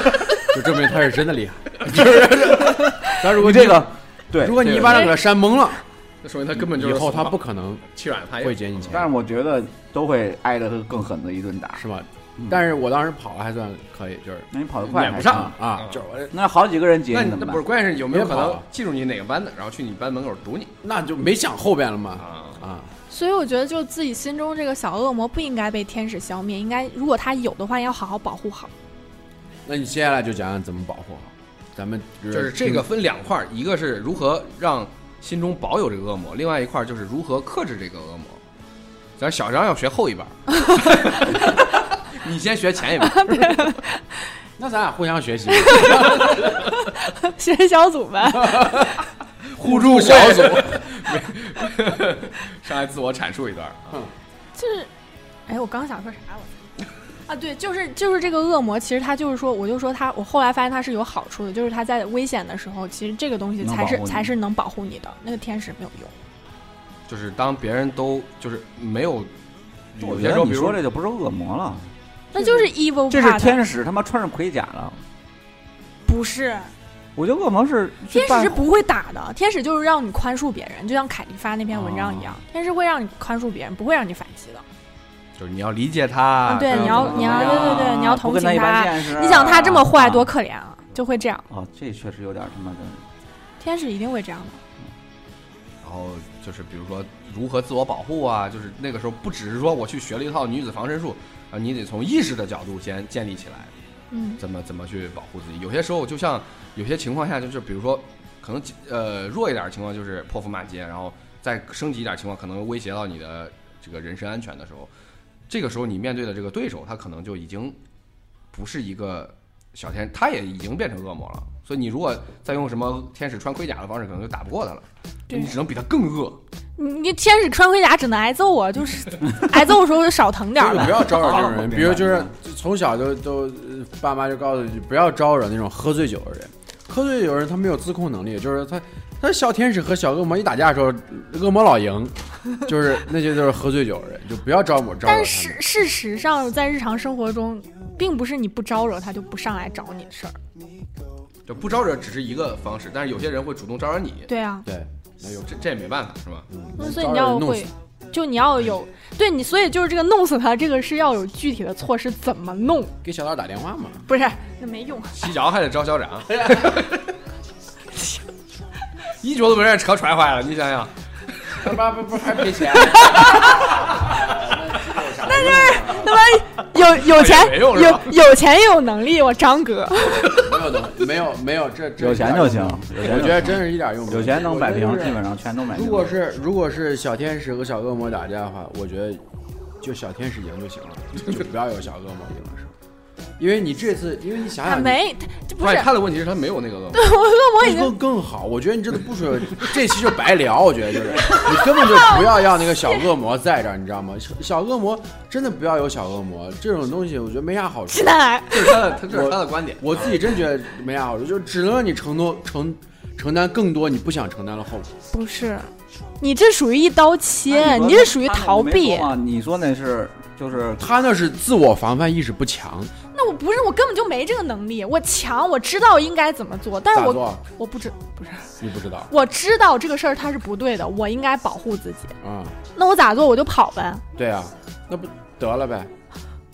就证明他是真的厉害，但是我这个对如，果你一巴掌给他扇懵了，那说明他根本就以是哎后他怂不可能欺软怕硬，会劫你钱，但是我觉得都会挨着更狠的一顿打。是吧嗯？但是我当时跑了还算可以，就是那你跑得快撵还不是上。啊嗯，就是我那好几个人截那你你怎么那办不是？关键是有没有可别跑啊能了记住你哪个班的，然后去你班门口堵你那就没想后边了嘛啊？啊。所以我觉得，就自己心中这个小恶魔不应该被天使消灭，应该如果他有的话，要好好保护好。 那你接下来就讲讲怎么保护好，咱们就就是这个分两块儿，一个是如何让心中保有这个恶魔，另外一块儿就是如何克制这个恶魔。咱小张要学后一半儿， 你先学前一半儿。那咱俩互相学习，学小组呗， 互助小组， 上来自我阐述一段儿啊。就是，哎，我刚想说啥？我啊，对，就是就是这个恶魔，其实他就是说，我就说他，我后来发现他是有好处的，就是他在危险的时候，其实这个东西能才保是护你才是能保护你的，那个天使没有用。就是当别人都就是没有，我有觉些时得候，你比如说这就不是恶魔了，那就是 evil，这 part 是天使他妈穿上盔甲了。不是我觉得恶魔是去天使办是不会打的，天使就是让你宽恕别人，就像凯莉发那篇文章一样，啊天使会让你宽恕别人，不会让你反击的。就是你要理解他，啊对然后你要怎么样你要对对对你要同啊不跟他情一般他见识你想他这么坏，啊多可怜啊，就会这样，哦，这确实有点他妈的天使一定会这样的。然后就是比如说如何自我保护啊，就是那个时候不只是说我去学了一套女子防身术啊，你得从意识的角度先建立起来，嗯，怎么怎么去保护自己。有些时候就像有些情况下，就是比如说可能呃弱一点的情况就是泼妇骂街，然后再升级一点情况，可能威胁到你的这个人身安全的时候，这个时候你面对的这个对手，他可能就已经不是一个小天，他也已经变成恶魔了。所以你如果再用什么天使穿盔甲的方式，可能就打不过他了，对你只能比他更恶。你你天使穿盔甲只能挨揍啊，就是 挨揍的时候就少疼点儿你不呗。要招惹这种人，啊比如就是从小就都呃爸妈就告诉你不要招惹那种喝醉酒的人，喝醉酒的人他没有自控能力，就是他他小天使和小恶魔一打架的时候，恶魔 老赢，就是那些都是喝醉酒的人，就不要招我招惹他但们。事事实上，在日常生活中，并不是你不招惹他就不上来找你的事儿。就不招惹只是一个方式，但是有些人会主动招惹你，对啊，对，那有这这也没办法，是吧？那嗯所以招你惹要人弄会死，就你要有对你，所以就是这个弄死他，这个是要有具体的措施，怎么弄？给小道打电话嘛，不是，那没 用。洗脚还得招校长， 一脚都被人家车踹坏了，你想想，不不不还赔钱，有有钱没用有是吧有钱也有能力，我张哥。没有能没有没有这这有钱就行，有钱我就行觉得真是一点用没有钱能摆平我觉，得就是基本上全都摆平。如果是如果是小天使和小恶魔打架的话，我觉得就小天使赢就行了，就不要有小恶魔赢了，是吧因为你这次，因为你想他 想，啊没，他这不关是哎键他的问题是他没有那个恶魔， 我已你经更更好，我觉得你这都不说，这期就白聊，我觉得就是你根本就不要要那个小恶魔在这儿，你知道吗？小小恶魔真的不要有小恶魔这种东西，我觉得没啥好处直。男癌。这是 他的，他这是他的观点。我自己真觉得没啥好处，就是只能让你承诺承承担更多你不想承担的后果。不是，你这属于一刀切，那你你这说属于他那逃我没避说。嘛啊你说那是就是他那是自我防范意识不强，那我不是，我根本就没这个能力。我强，我知道应该怎么做，但是咋哎我做？我不知不是，你不知道我知道这个事儿它是不对的，我应该保护自己。啊、那我咋做？我就跑呗。对啊，那不得了呗？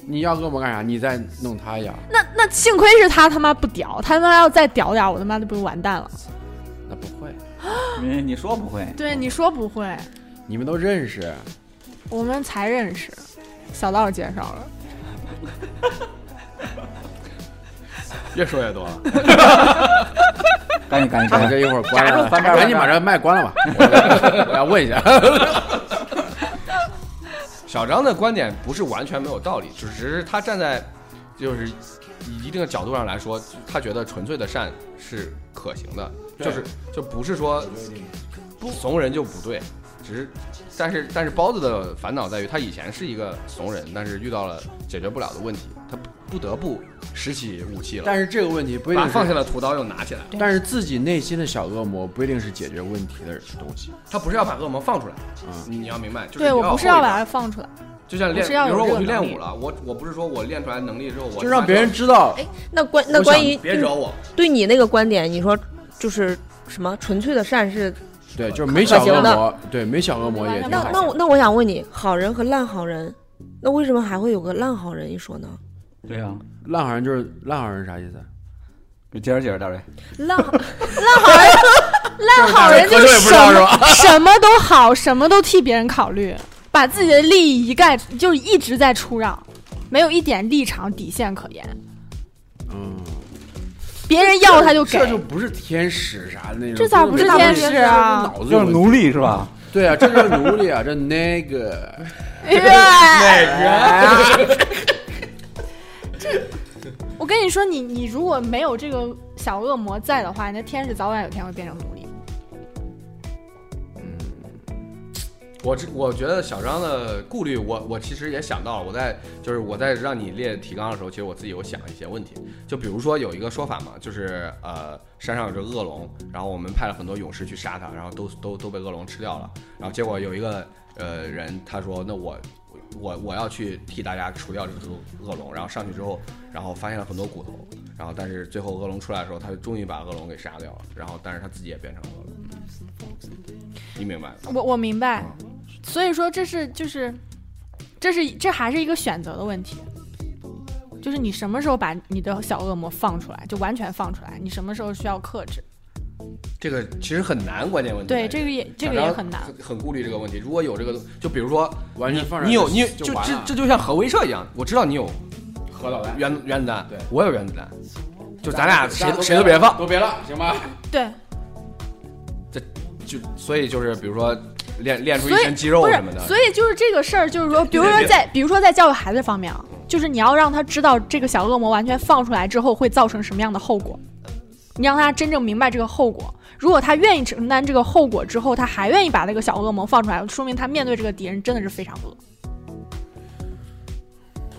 你要恶魔干啥？你再弄他呀？那那幸亏是他他妈不屌，他他妈要再屌点儿，我他妈就不完蛋了。那不会，你你说不会，对，你说不会，你们都认识，我们才认识，小道介绍了。 越说越多了，赶紧赶紧咱赶 们这紧，一会儿关了，夹住夹住赶紧把这麦 关了吧。我我要问一下，小张的观点不是完全没有道理，只是他站在就是一定的角度上来说，他觉得纯粹的善是可行的，对就是就不是说怂人就不对，只是，但是但是包子的烦恼在于他以前是一个怂人，但是遇到了解决不了的问题，他不不得不拾起武器了，但是这个问题不一定把放下是，的屠刀又拿起来了，但是自己内心的小恶魔不一定是解决问题的东西他不是要把恶魔放出来，啊。你要明白，就是对你我不是后要一把把，它放出来，就像我练，是要比如说有我去这个能练舞力了，我我不是说我练出来能力之后，我就让别人知道，哎，那关那我关想于别惹我，对你那个观点，你说就是什么纯粹的善是？对，就是没小恶可行魔，对，没小恶魔也挺那好。那我那我想问你，好人和烂好人，那为什么还会有个烂好人一说呢？对呀，烂好人就是烂好人是啥意思？就接着解释大瑞，烂好 烂好人就就是是大什瑞么什么都好，什么都替别人考虑，把自己的利益一概就是一直在出让，没有一点立场底线可言，嗯，别人要他就给这。就不是天使啥的那种，这咋不是天使啊这脑就子有是问题奴隶是吧？对啊，这就是奴隶啊，这那个，我跟你说，你你如果没有这个小恶魔在的话，你的天使早晚有一天会变成奴隶。我这我觉得小张的顾虑我，我其实也想到了，我在就是我在让你列提纲的时候，其实我自己有想一些问题，就比如说有一个说法嘛，就是呃山上有只恶龙，然后我们派了很多勇士去杀它，然后都都都被恶龙吃掉了，然后结果有一个呃人他说那我我我要去替大家除掉这个恶龙，然后上去之后，然后发现了很多骨头，然后但是最后恶龙出来的时候，他终于把恶龙给杀掉了，然后但是他自己也变成恶龙，你明白吗？我我明白，所以说这是就是，这是这还是一个选择的问题，就是你什么时候把你的小恶魔放出来，就完全放出来，你什么时候需要克制？这个其实很难，关键问题在于。对，这个也这个小也张很难。很很顾虑这个问题。如果有这个，就比如说完全放任你有你有就就完这了这就像核威慑一样，我知道你有核导弹，原原子弹，对我有原子弹，就咱俩谁大家谁都别放，都别了，行吧？对，就所以就是比如说练练出一所以身肌肉不什么是，的，所以就是这个事儿，就是说，比如别说别在比如说在教育孩子方面啊，就是你要让他知道这个小恶魔完全放出来之后会造成什么样的后果，你让他真正明白这个后果。如果他愿意承担这个后果之后，他还愿意把那个小恶魔放出来，说明他面对这个敌人真的是非常恶。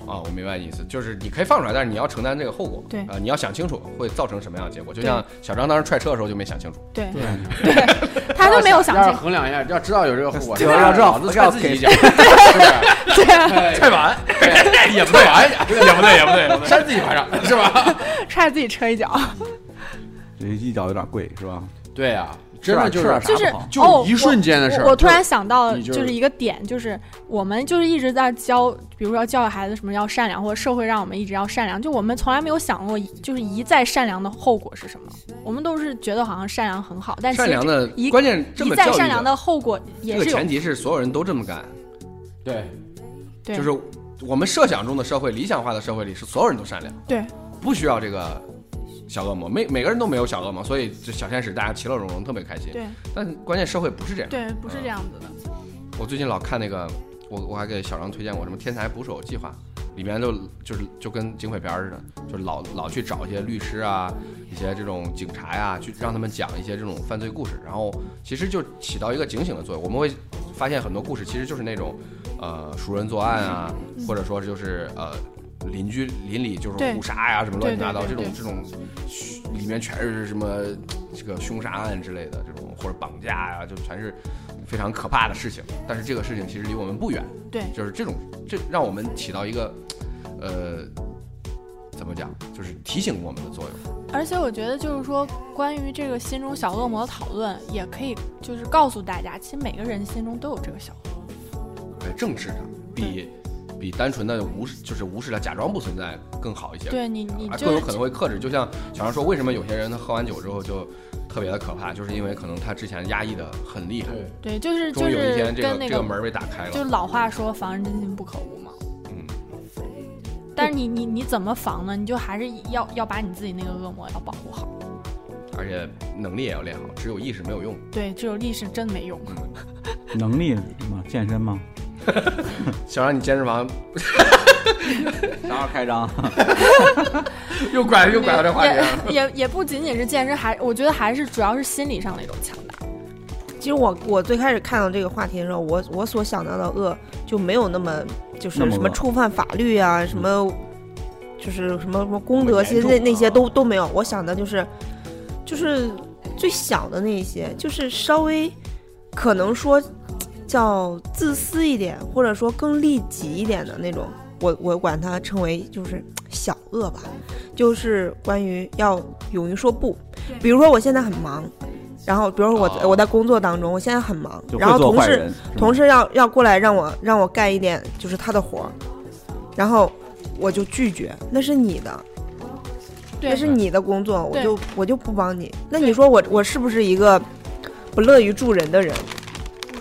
啊，我明白你意思，就是你可以放出来，但是你要承担这个后果，对啊，你要想清楚会造成什么样的结果。就像小张当时踹车的时候就没想清楚，对对，他都没有想要清是衡量一下，要知道有这个后果，对要知道脑子踹自己一脚，是不是？哎对，啊踹完 也不对，哎也不对，也不对，也不对扇自己巴掌 是吧？踹自己车一脚，这一脚有点贵是吧？对呀，吃真点的就是吃点啥就是不好就一瞬间的事儿。哦我我突然想到，你就就是是一个点，就是我们就是一直在教，比如说教育孩子什么要善良，或者社会让我们一直要善良，就我们从来没有想过，就是一再善良的后果是什么。我们都是觉得好像善良很好，但其实善良的一关键这一么再教育善良的，的后果这也个是有前提是所有人都这么干，对，对，就是我们设想中的社会、理想化的社会里，是所有人都善良，对，不需要这个小恶魔，每每个人都没有小恶魔，所以这小天使大家其乐融融，特别开心。对但关键社会不是这样。对，不是这样子的。我最近老看那个，我我还给小张推荐过什么《天才捕手计划》，里面就就是就跟警匪片儿似的，就老老去找一些律师啊，一些这种警察呀、去让他们讲一些这种犯罪故事，然后其实就起到一个警醒的作用。我们会发现很多故事其实就是那种，呃，熟人作案啊，或者说就是呃。邻居邻里就是对互杀呀、什么乱七八糟这对种对对这种，嘘里面全是什么这个凶杀案之类的这种，或者绑架呀、就全是非常可怕的事情。但是这个事情其实离我们不远，对就是这种这让我们起到一个，呃，怎么讲，就是提醒我们的作用。而且我觉得，就是说，关于这个心中小恶魔的讨论，也可以就是告诉大家，其实每个人心中都有这个小恶魔。对，正视它，比比单纯的无视就是无视它，假装不存在更好一些。对你，你啊，就更有是可能会克制。就像小张说，为什么有些人他喝完酒之后就特别的可怕，就是因为可能他之前压抑的很厉害，对，对就是终就于有一是天这跟个那这个个门儿被打开就了。老话说防人之心不可无嘛。嗯，但是你你你怎么防呢？你就还是要要把你自己那个恶魔要保护好。而且能力也要练好，只有意识没有用。对，只有力是真没用。能力吗？健身吗？小张，你健身房啥时候开张？又拐又拐到这话题了。 也也也不仅仅是健身，还我觉得还是主要是心理上的一种强大。其实我我最开始看到这个话题的时候，我我所想到的恶就没有那么就是那么恶什么触犯法律啊，什么就是什么什么公德心那么那严重啊那些都都没有。我想的就是就是最小的那一些，就是稍微可能说叫自私一点，或者说更利己一点的那种。我我管它称为就是小恶吧，就是关于要勇于说不。比如说我现在很忙，然后比如说我、哦我在工作当中，我现在很忙， 就然会后做同坏事人。嗯同事事要要过来让我让我干一点就是他的活儿，然后我就拒绝，那是你的，那对，是你的工作，我对就我就不帮你。那对你说我我是不是一个不乐于助人的人？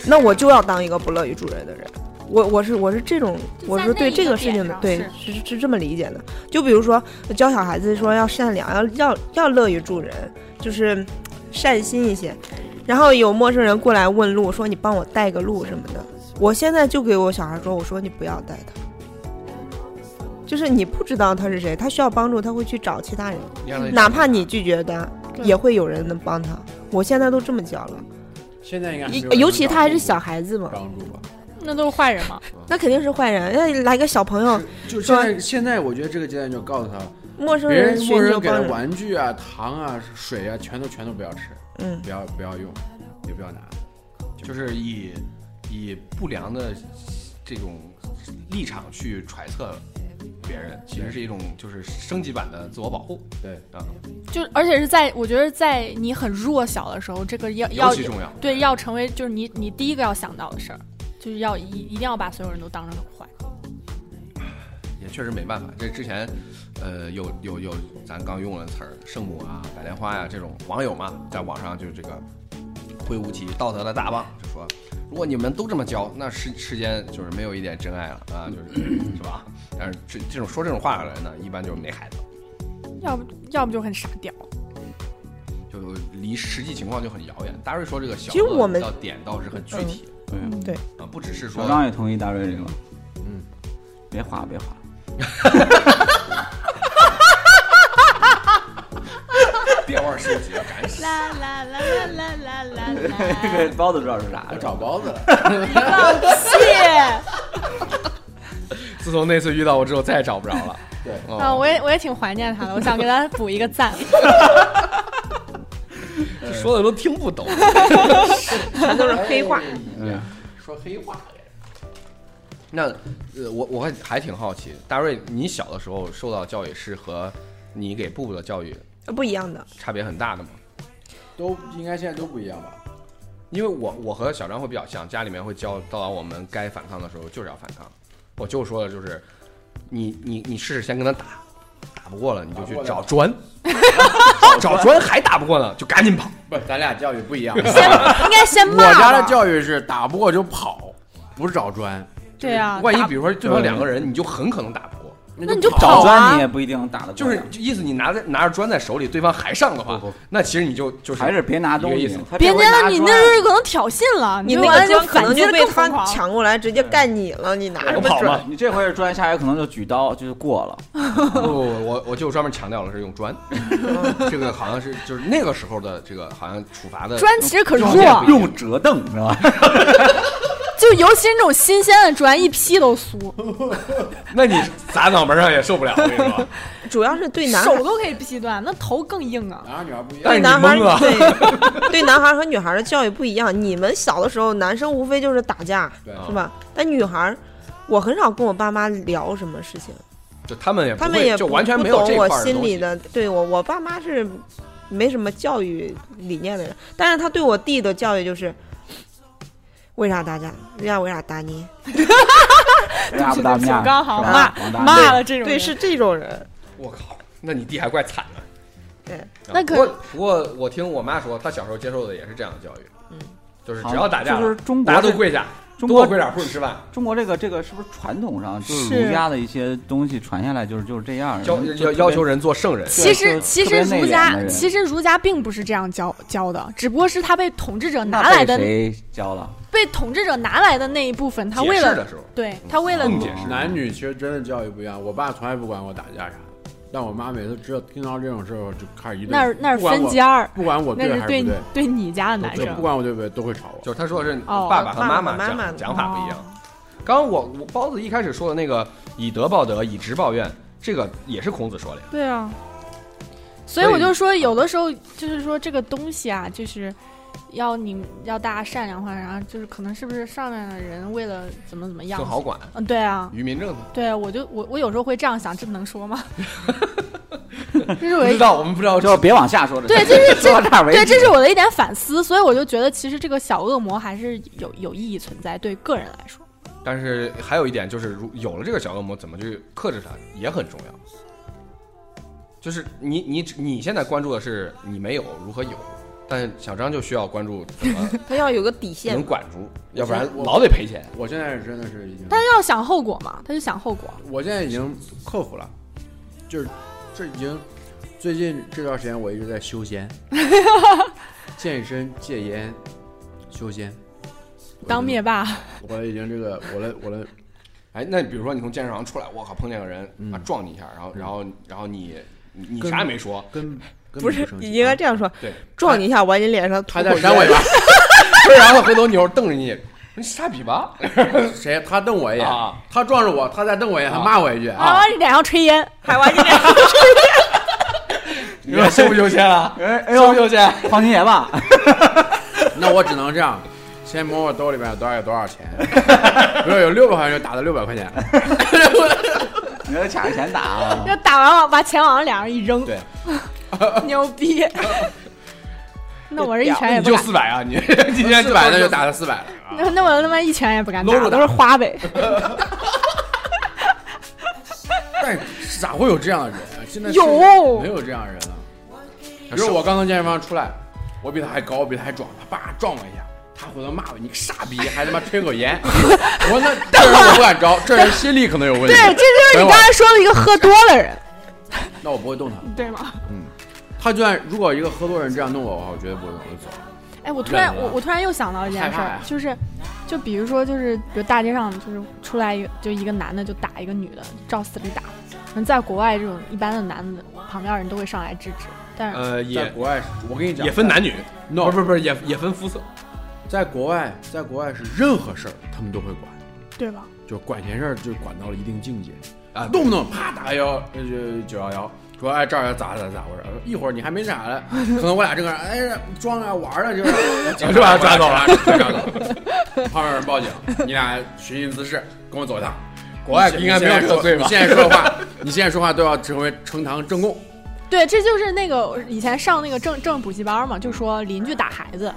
那我就要当一个不乐于助人的人。我我是我是这种，就我在是对那这一个个事点情的上，对是是这么理解的。就比如说教小孩子说要善良，要要要乐于助人，就是善心一些。然后有陌生人过来问路，说你帮我带个路什么的，我现在就给我小孩说，我说你不要带他，就是你不知道他是谁，他需要帮助，他会去找其他人。你让他哪怕你拒绝他，对也会有人能帮他。我现在都这么教了，现在应该没有人尤其他还是能小孩子嘛，挡住吧。那都是坏人嘛。那肯定是坏人。那来个小朋友，就现在，现在我觉得这个阶段就告诉他，陌生别人陌寻生求人给的帮助，玩具啊、糖啊、水啊，全都全都不要吃， 嗯，不要不要用，也不要拿。就是以以不良的这种立场去揣测别人，其实是一种就是升级版的自我保护对，啊，就而且是在我觉得在你很弱小的时候，这个要要尤其重要。对要成为就是你你第一个要想到的事儿，就是要一一定要把所有人都当成很坏。也确实没办法。这之前，呃，有有有，咱刚用了词儿“圣母”啊、“白莲花、呀这种网友嘛，在网上就这个挥舞起道德的大棒，就说如果你们都这么教，那世世间就是没有一点真爱了啊，就是 是吧？但是这这种说这种话的人呢，一般就是没孩子，要不要不就很傻屌。就离实际情况就很遥远。大瑞说这个小其实我们嗯到点倒是很具体对，啊，不只是小说张也同意大瑞这个，嗯，别画别画，电腕收集，赶紧洗 啦啦啦啦啦啦啦 这啦！个包子知道是啥？我找包子 了。谢自从那次遇到我之后，再也找不着了。对哦啊，我也我也挺怀念他的，我想给他补一 个赞。嗯说的都听不懂。全都是黑话。嗯，说黑话那呃，我我还还挺好奇，大瑞，你小的时候受到教育是和你给布布的教育哎不一样的，差别很大的吗？都应该现在都不一样吧？因为我我和小张会比较像，家里面会教到我们该反抗的时候就是要反抗。我就说的就是，你你你试试先跟他打，打不过了你就去找砖， 找砖还打不过呢就赶紧跑。不，咱俩教育不一样。先应该先 我骂吧。家的教育是打不过就跑，不是找砖，对呀、啊，万一打比如说对方两个人，你就很可能打不过。那你就跑。跑找啊砖你也不一定打得过就是呀就意思，你拿在拿着砖在手里，对方还上的话，不不那其实你就就是还是别拿东一西个意思，他别这回人拿你砖那是可能挑衅了，你就那完个了砖就可反能击就的被更他疯狂。抢过来，直接干你了，你拿哎我什么跑准？嘛？你这回是砖，下回可能就举刀，就是过了。不不不，我我就专门强调了是用 砖，这个好像是就是那个时候的这个好像处罚的砖其实可弱，用折凳，你知道吧？就尤其是那种新鲜的哎砖，一批都酥，那你砸脑门上也受不了，我跟你 说。主要是对男孩手都可以劈断，那头更硬啊。男孩女孩不一样但对男是。你孩懵了儿对对男孩儿和女孩儿的教育不一样。你们小的时候，男生无非就是打架，对啊是吧？但女孩儿，我很少跟我爸妈聊什么事情，就他们也不他会们也就不完全没有不懂这块我儿心东西里的。对我，我爸妈是没什么教育理念的人，但是他对我弟的教育就是。为啥打架？人家为啥打你？ 大不大面儿？主刚好是吧骂王大面骂儿了这种人对，是这种人。我靠，那你弟还怪惨的。对啊，那不可过不过我听我妈说，她小时候接受的也是这样的教育，嗯，就是好只要打架就是了，中大家国都这跪下，中多国跪点儿不准吃饭，中国这个这个是不是传统上就是是儒家的一些东西传下来就是就是这样儿？要嗯就要要求人做圣人。其对实就其特实别内儒敛的家人其实儒家并不是这样教教的，只不过是他被统治者那拿来被的，谁教了？被统治者拿来的那一部分，他解为释了的时候，对他为了嗯解释男女其实真的教育不一样，我爸从来不管我打架啥的，但我妈每次知道听到这种事儿就开始一顿。那是那不是管分我，家儿，不管我那对是还对是你不对，对你家的男就不生。管我对不对都会吵我。就是他说的是哦爸爸和妈爸爸和妈妈讲讲法不一样。刚刚我我包子一开始说的那个以德报德，以直报怨，这个也是孔子说的呀。对啊，所以我就说，有的时候就是说这个东西啊，就是要你要大家善良化，然后就是可能是不是上面的人为了怎么怎么样更，好管，嗯，对啊，愚民政策。对啊，我就我我有时候会这样想，这能说 吗？这是不我知一道，我们不知道，就是别往下说了。对这是 说到这儿为止。对，这是我的一点反思，所以我就觉得其实这个小恶魔还是有有意义存在，对个人来说，但是还有一点就是，如有了这个小恶魔，怎么去克制它也很重要。就是你你你现在关注的是你没有如何有，但小张就需要关注怎么他要有个底线能。管住，要不然我老得赔钱。我现在真的是已经，但是要想后果嘛，他就想后果，我现在已经克服了，就是这已经最近这段时间我一直在 修仙，健身、戒烟、修仙，我当已经灭霸，我已经这个我的我的哎，那比如说你从健身房出来，我靠，碰见个人嗯啊撞你一下，然后然后然后你你你跟啥也没说，根根本不是生，气啊你应该这样说：对，撞你一下，往你脸上吐他口在烟。扇尾巴，然后回头扭头瞪着你，你傻逼吧？谁他瞪我一眼啊，他撞着我，他再瞪我一眼，他骂我一句啊娃娃脸上吹 烟，海娃，你俩 你说羞不羞怯啊？哎哎羞不羞呦，怯？放心 也罢，那我只能这样，先摸摸兜里边有多少有多 少钱，比如有六百块钱就打到六百块钱，你要卡着钱打啊。就打完往把钱往脸上一扔，对，牛 逼。那我这一拳你也哎不就敢，四百啊你？今天四百那就打到四百了。那那我他妈一拳也不敢搂着打，打都是花呗。但是咋会有这样的人啊？现在是有没有这样的人啊？比如我刚从健身房出来，我比他还高，我比他还壮，他爸撞我一下，他回头骂我：“你个傻逼，还他妈吹口 烟！”我说：“那这人我不敢招，这人心理可能有问题。”对，这就是你刚才说的一个喝多的人，那我不会动他。 对吗？他就算如果一个喝多人这样弄我的话，我绝对不会动，我就走了。哎，我突然忍了我我突然又想到一件事害怕儿呀，就是，就比如说就是，比如大街上就是出来一个就一个男的就打一个女的，照死里打。嗯，在国外这种一般的男的旁边人都会上来制止，但是、呃， 在也国外是，我跟你讲，也分男女， no，不是不是，也也分肤 色。在国外，在国外是任何事儿他们都会管，对吧？就管闲事儿就管到了一定境界啊动不动啪打个幺呃就九幺幺，说哎这儿咋咋咋回事儿？一会儿你还没啥 了，可能我俩正搁那儿哎装啊玩儿啊，就是 就把他抓走了抓走了。旁边有人报警，你俩寻衅滋事，跟我走一 趟。国外应该没有说这罪吧你现在说 话，你现在说话都要成为呈堂证供。对，这就是那个以前上那个政政补习班嘛，就说邻居打孩子，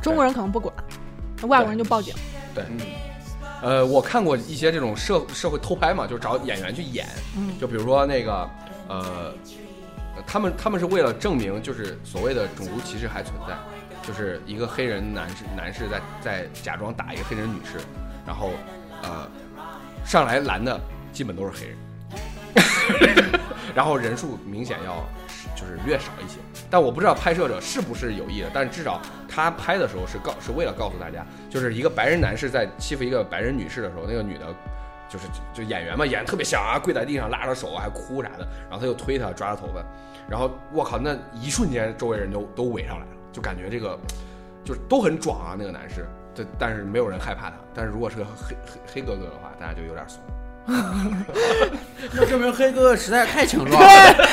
中国人可能不管，外国人就报警。呃，我看过一些这种社社会偷拍嘛，就是找演员去演，嗯就比如说那个呃，他们他们是为了证明就是所谓的种族歧视还存在，就是一个黑人男士男士在在假装打一个黑人女士，然后呃上来拦的基本都是黑人。然后人数明显要就是略少一些，但我不知道拍摄者是不是有意的，但是至少他拍的时候是告是为了告诉大家，就是一个白人男士在欺负一个白人女士的时候，那个女的，就是就演员嘛，演得特别像啊，跪在地上拉着手啊还哭啥的，然后他就推她抓她头发，然后我靠，那一瞬间周围人就都围上来了，就感觉这个就是都很壮啊，那个男士，但但是没有人害怕他，但是如果是个黑黑黑哥哥的话，大家就有点怂。 那证明黑哥哥实在太强壮 了，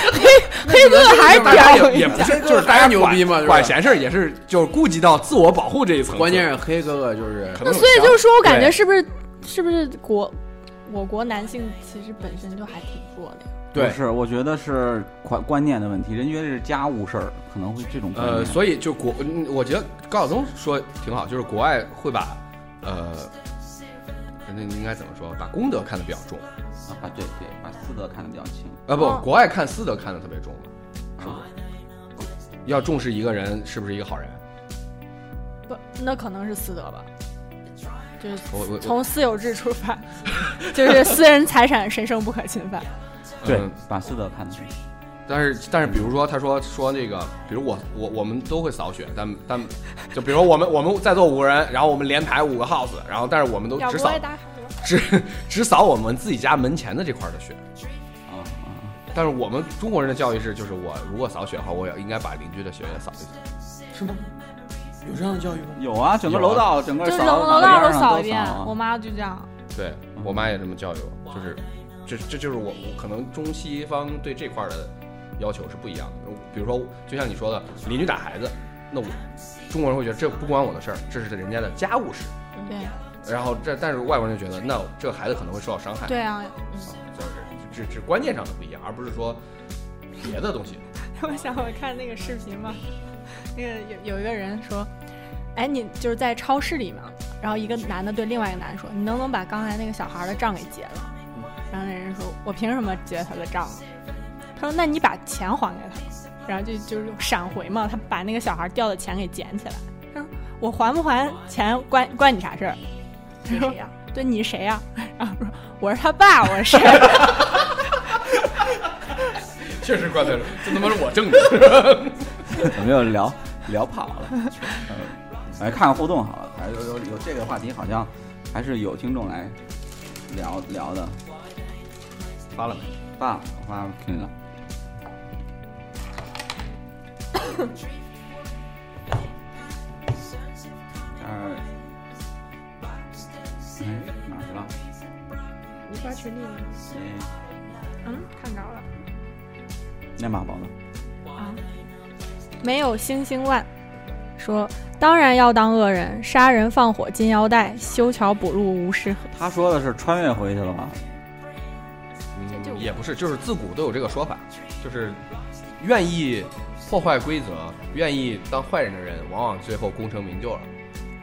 黑哥还是大家屌也也不是，哥就是大家还牛逼嘛 管是吧管闲事儿也是就是顾及到自我保护这一层次。关键是黑哥哥就是可能有那所以想就是说我感觉对是不是是不是国我国男性其实本身就还挺弱的呀？对不是，我觉得是观观念的问题，人觉得是家务事儿，可能会这种观念。呃，所以就国，嗯我觉得高晓松说挺好，就是国外会把呃，那应该怎么说，把功德看得比较重。啊，把对对，把私德看得比较轻。啊不哦，国外看私德看得特别重，是啊不是？要重视一个人是不是一个好人？不，那可能是私德吧，就是我我我从私有制出发，就是私人财产神圣不可侵犯。嗯把私德看得重。但是但是，比如说他说说那个，比如我我我们都会扫雪，但但就比如我们我们在座五个人，然后我们连排五个 house，然后但是我们都要只不扫我也打海螺只只扫我们自己家门前的这块的雪。啊啊，但是我们中国人的教育是，就是我如果扫雪的话，我也应该把邻居的雪也扫一扫。有这样的教育吗？有啊，整个楼道，整个就是扫楼楼道都都扫一遍啊，我妈就这样。对我妈也这么教育我，就是这这就是我我可能中西方对这块儿的要求是不一样的。比如说，就像你说的，邻居打孩子，那我中国人会觉得这不关我的事儿，这是人家的家务事。对然后这但是外国人就觉得，那这个孩子可能会受到伤害。对啊，就是只只观念上的不一样，而不是说别的东西。我想我看那个视频嘛，那个有有一个人说，哎，你就是在超市里嘛，然后一个男的对另外一个男的说，你能不能把刚才那个小孩的账给结了？然后那人说，我凭什么结他的账啊？他说，那你把钱还给他。然后就就是闪回嘛，他把那个小孩掉的钱给捡起来。他说，我还不还钱关关你啥事儿？ 他说，对你谁呀、 然后说我是他爸，我是谁？ 确实怪罪了，这他妈是我挣的。有没有聊聊跑了？呃来看看互动好了，还有有有这个话题，好像还是有听众来聊聊的。发了没？发了，我发给你 了。这儿哎发群里了。哎嗯，看着了那马包子，啊。没有星星万说，当然要当恶人，杀人放火金腰带，修桥补路无尸河。他说的是穿越回去了吗？这就也不是，就是自古都有这个说法，就是愿意破坏规则、愿意当坏人的人，往往最后功成名就了。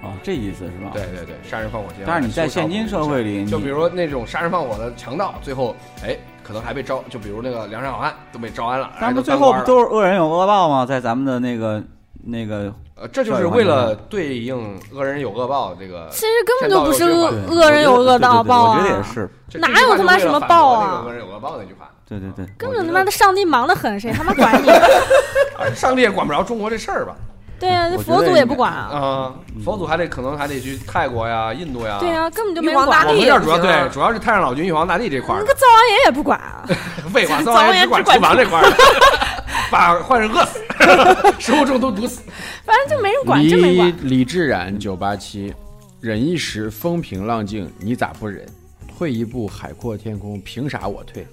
啊，这意思是吧？对。对对，杀人放火金腰带。但是你在现今社会里，就你比如说那种杀人放火的强盗，最后哎，可能还被招，就比如那个梁山好汉都被招安了，但然后不就最当后官不了都是恶人有恶报吗？在咱们的那个那个，呃，这就是为了对应恶人有恶报这个，其实根本就不是善道恶有对恶人有恶我觉得对对对报啊！我觉得也，是，这哪这句话有他妈就是为了什么反驳报啊那个恶人有恶报那句话，对对对，根我本觉他得妈的上帝忙得很，谁他妈管你？而啊上帝也管不着中国这事儿吧？对啊，那我觉佛得祖应也该不管啊。啊，佛祖还得可能还得去泰国呀、印度呀。对啊，根本就没玉皇人管大我帝们也这儿不主要行啊对，主要是太上老君、玉皇大帝这块儿那，个灶王爷也不管啊。废 话，灶灶王王爷爷只管只管厨房这块儿， 把坏人饿死， 食物中毒毒死。反正就没人管，真没李管。李志冉九八七，忍一时风平浪静，你咋不忍？退一步海阔天空，凭啥我 退？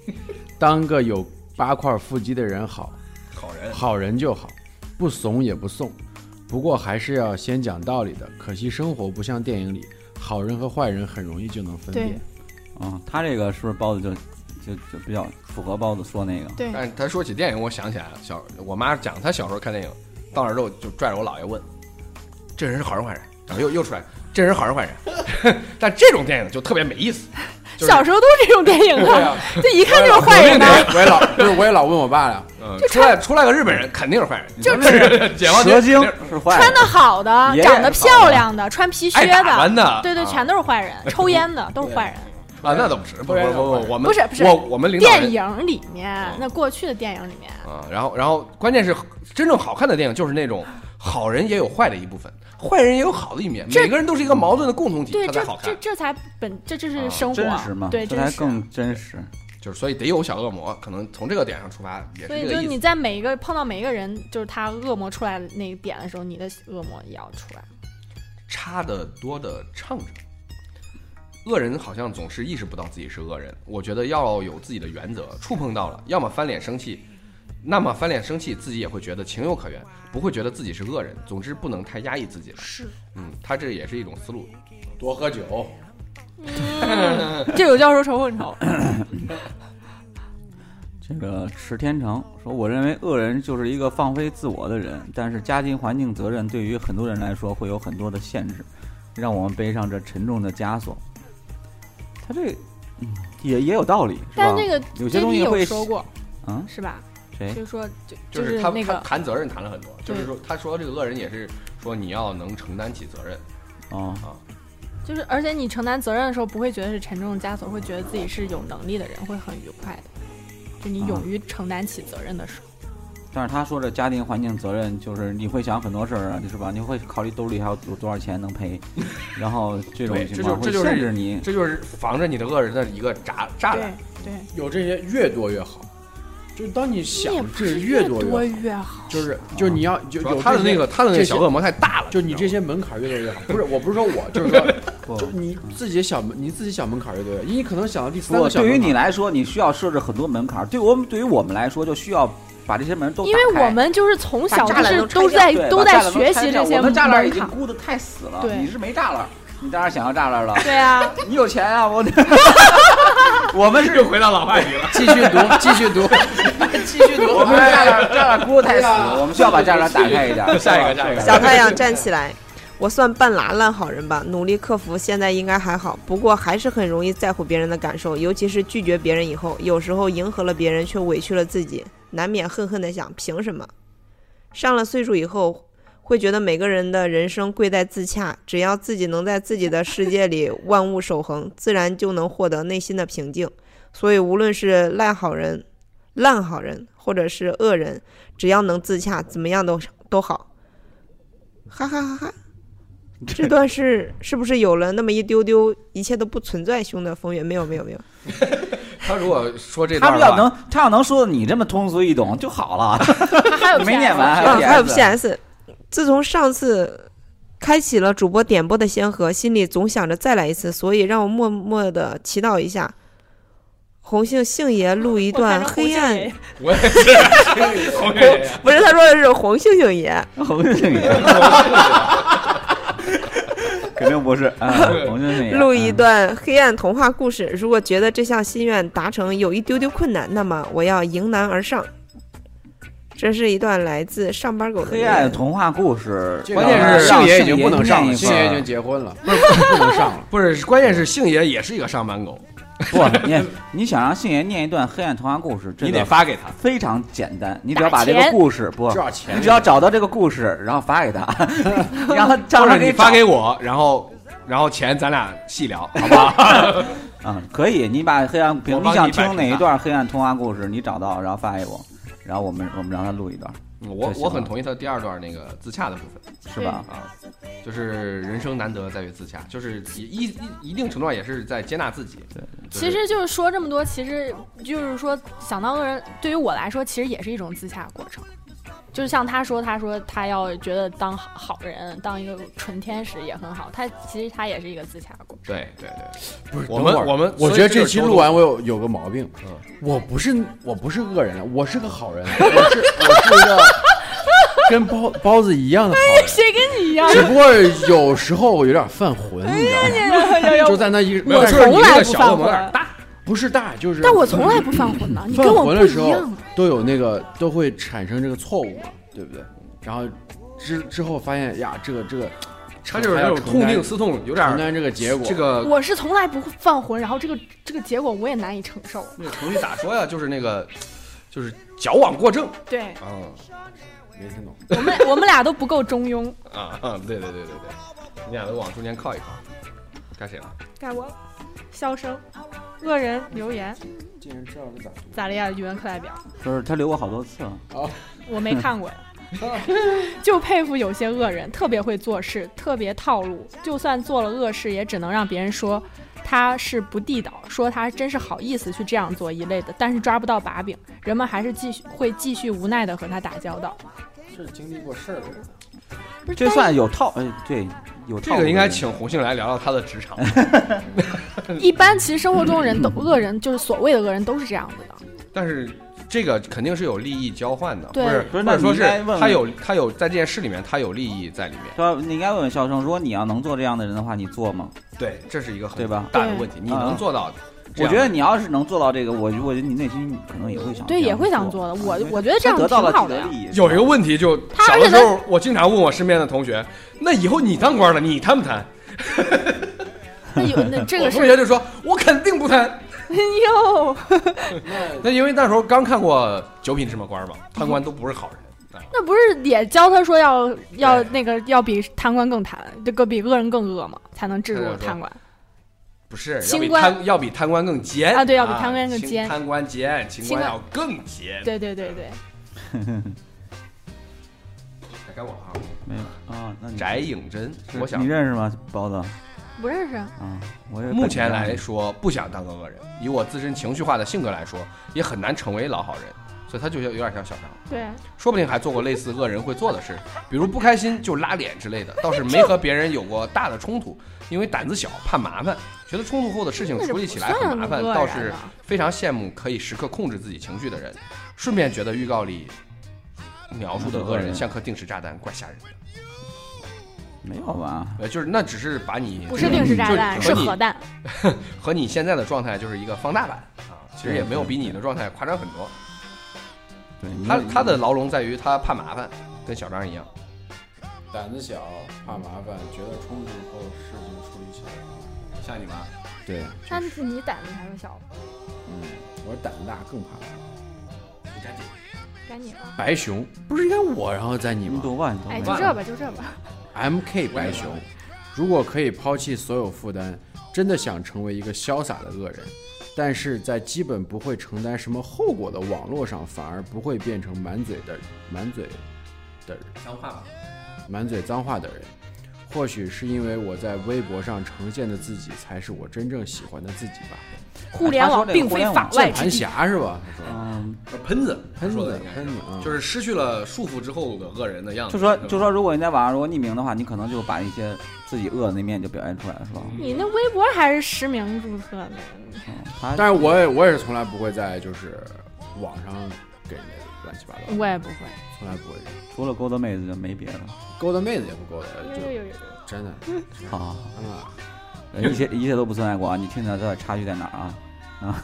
当个有八块腹肌的人好，好人，好人就好，不怂也不怂。不过还是要先讲道理的。可惜生活不像电影里，好人和坏人很容易就能分辨对。嗯，他这个是不是包子就就就比较符合包子说那个？对， 但是他说起电影，我想起来了，小我妈讲她小时候看电影，到那儿之后就拽着我姥爷问：“这人是好人坏人？”然后又又出来，这人是好人坏人。 但这种电影就特别没意思。就是小时候都是这种电影对啊啊，这一看就是坏人我啊。那我也老不是，我也老问我爸了，嗯，出来出来个日本人肯定是坏人，就是 解放军蛇精肯定是坏穿的好的爷爷、长得漂亮的、穿皮爱靴打扮的，对对，啊全都是坏人。抽烟的都是坏人。啊，那倒不是，不不不不，我们不是不是我我们领导人嗯电影里面，那过去的电影里面，啊，然后然后关键是真正好看的电影就是那种好人也有坏的一部分，坏人也有好的一面，这每个人都是一个矛盾的共同体，对，它才这好这看。这才本这这是啊生活真实嘛，对，这真才实。更真实。就是所以得有小恶魔，可能从这个点上出发也是所以，这就个是意你思。在每一个碰到每一个人，就是他恶魔出来的那个点的时候，你的恶魔也要出来。差得多的唱着。恶人好像总是意识不到自己是恶人，我觉得要有自己的原则，触碰到了，要么翻脸生气，那么翻脸生气，自己也会觉得情有可原，不会觉得自己是恶人。总之不能太压抑自己了。是，嗯，他这也是一种思路。多喝酒。 这有教授仇恨仇。这个池天成说：“我认为恶人就是一个放飞自我的人，但是家庭环境责任对于很多人来说会有很多的限制，让我们背上这沉重的枷锁。”他这，嗯，也也有道理，是吧但？那个有些东 JP 西有会说过，嗯，是吧？谁就是说，就就是他、那他个，谈责任谈了很多，就是对说他说这个恶人也是说你要能承担起责任，哦，就是而且你承担责任的时候，不会觉得是沉重的枷锁，会觉得自己是有能力的人，会很愉快的。就啊你勇于承担起责任的时候，但是他说这家庭环境责任，就是你会想很多事儿啊，是吧？你会考虑兜里还有有多少钱能赔，然后这种对情况这就这会就是限制你。这就是防着你的恶人的一个栅栅栏对。对，有这些越多越好，就是当你想你也不这是越多越多好，越好。就是就是你要就主要有他的这些那个他的那这个些小恶魔太大了，就你这 知些门槛越多越好，不是，我不是说我，就是说，不就你自己的小门，你自己小门槛越多越好，你可能想到第三不，个小对门于槛，你来说，你需要设置很多门槛儿；对我们对于我们来说，就需要把这些门都打因为开我们就是从小把就栅栏是都拆都掉在对都把在栅栏学拆习掉这些我们门栅栏已经槛。估的太死了，对你是没栅栏，你当然想要栅栏了。对 啊，你有钱啊，我我们道吗是又回到老话题了。继续读，继续读，继续读，我们栅栏栅栏估的太死对了，啊我们需要把栅栏打开一点。 下一个下一个小太阳站起来，我算半拉烂好人吧，努力克服，现在应该还好。不过还是很容易在乎别人的感受，尤其是拒绝别人以后，有时候迎合了别人却委屈了自己，难免恨恨的想凭什么。上了岁数以后，会觉得每个人的人生贵在自洽，只要自己能在自己的世界里万物守恒，自然就能获得内心的平静。所以，无论是烂好人、烂好人，或者是恶人，只要能自洽，怎么样都都好。哈哈哈哈！这段是是不是有了那么一丢丢一切都不存在凶的风月？没有没有没有，他如果说这他段们儿要吧，能，他要能说的你这么通俗易懂就好了。 他还有没 PS 念完，啊，还有 PS PS。自从上次开启了主播点播的先河，心里总想着再来一次，所以让我默默的祈祷一下，红杏杏爷录一段黑暗，我也是，红月也 不是他说的是红杏杏爷，红杏爷，肯定不是啊，红杏爷录一段黑暗童话故事。如果觉得这项心愿达成有一丢丢困难，那么我要迎难而上。这是一段来自上班狗的黑留言暗童话故事，关键是姓让爷已经不能上了，念一姓份儿爷已经结婚了，不是不能上 了。不是，关键是杏爷也是一个上班狗，不，你你想让杏爷念一段黑暗童话故事，这你个得发给他。非常简单，你只要把这打个钱故事不多，少钱你只要找到这个故事，然后 发给他，然后或让者他你你发找给我，然后然后钱咱俩细聊，好不 好？啊，可以，你把黑暗，比如我帮你你想摆平听哪一它段黑暗童话故事，你找到然后发给我，然后我们我们让他录一段，我这行我很同意他第二段那个自洽的部分是吧？啊，就是人生难得在于自洽，就是一一一一定程度上也是在接纳自己。对就是其实就是说这么多，其实就是说想当个人，对于我来说，其实也是一种自洽过程。就像他说，他说他要觉得当好好人，当一个纯天使也很好。他其实他也是一个自洽过程。对对对，不是我们我们我所以觉得就这是期周录董完我有有个嗯毛病，我不是我不是恶人，我是个好人，我是我是一个跟包包子一样的好人，谁跟你一样？只不过有时候我有点犯浑，你知道吗？就在那一没有，就是你这个小恶魔有点大，不是大就是，但我从来不犯浑呢，你跟犯我浑不的时一候样。都有那个都会产生这个错误嘛，对不对？然后之之后发现呀，这个这个他就是那种痛定思痛，有点承儿担这个结果，这个我是从来不犯浑，然后这个这个结果我也难以承受。那个成语咋说呀？就是那个，就是矫枉过正。对嗯没听懂。我们我们俩都不够中庸。啊， 嗯对对对对对，你俩都往中间靠一靠。该谁了？该我，笑声，恶人留言，竟然知道这咋读？咋了呀？语文课代表，就是他留过好多次了，我没看过呀。 就佩服有些恶人，特别会做事，特别套路。就算做了恶事，也只能让别人说他是不地道，说他真是好意思去这样做一类的，但是抓不到把柄，人们还是继续会继续无奈的和他打交道。是经历过事儿的人。不是这算有套，哎，对，有这套路个的应该人请红杏来聊聊她的职 场。一般其实生活中人都恶人，就是所谓的恶人都是这样子的。但是这个肯定是有利益交换的，对不是不是或者说是那你应该问问他有他有在这件事里面他有利益在里面。对啊吧？你应该问问笑声，如果你要能做这样的人的话，你做吗？对，这是一个很对吧啊大的问题，你能做到的？这我样觉得你要是能做到这个，我我觉得你内心可能也会想，对，也会想做的。啊我我觉得这样他得挺到了好既的得呀。利益，有一个问题就他小而的且时他候，我经常问我身边的同学，那以后你当官了，你贪不贪？那有那 这我个同是学就说，我肯定不贪。 哟，那因为那时候刚看过《九品芝麻官》嘛，贪官都不是好人。啊那不是也教他说要要对那个要比贪官更贪，这个比恶人更恶嘛，才能制是住的是的贪官。不是，要清比官贪要比贪官更奸啊对要比贪官更清奸贪官奸，清清官官要更奸。对对对对，该我了啊，没有啊？那你翟颖真，是我想你认识吗，包子？不认识啊。啊，我也目前来说不想当个恶人，以我自身情绪化的性格来说，也很难成为老好人，所以他就有点像小张，对，说不定还做过类似恶人会做的事，比如不开心就拉脸之类的，倒是没和别人有过大的冲突，因为胆子小怕麻烦，觉得冲突后的事情那就处不理起来很麻烦，算恶倒人啊是了非常羡慕可以时刻控制自己情绪的人，顺便觉得预告里描述的恶嗯人像颗定时炸弹，怪吓人的。没有吧？呃，就是那只是把你不是定时炸弹，就是和你核弹。和你现在的状态就是一个放大版啊，其实也没有比你的状态夸张很多。对，你他他的牢笼在于他怕麻烦，跟小张一样。胆子小，怕麻烦，觉得冲突后事情处理起来像你妈，对，但是你胆子还会小，嗯，我胆子大更怕麻烦。你赶紧该你了。白熊不是应该我，然后再你你吗读吧，你读啊吧。哎，我就忘这了吧，就这吧。 ？M K 白熊，如果可以抛弃所有负担，真的想成为一个潇洒的恶人，但是在基本不会承担什么后果的网络上，反而不会变成满嘴的满嘴的人。脏话吧。满嘴脏话的人。或许是因为我在微博上呈现的自己，才是我真正喜欢的自己吧。互联网并非法外键之盘地。侠是吧？他说嗯嗯，喷子，喷说子的应，该喷是子啊，就是失去了束缚之后的恶人的样子。就说对吧就说，如果你在网上如果匿名的话，你可能就把一些自己恶的那面就表现出来了，是吧？嗯你那微博还是实名注册的，嗯，他但是我也我也是从来不会在就是网上给人家乱七八糟，我也不会。从来不会这样，除了勾搭妹子就没别的。勾搭妹子也不勾搭，就有有，嗯真的好好，好啊，一切一切都不存在过啊！你听听这差距在哪儿啊？啊，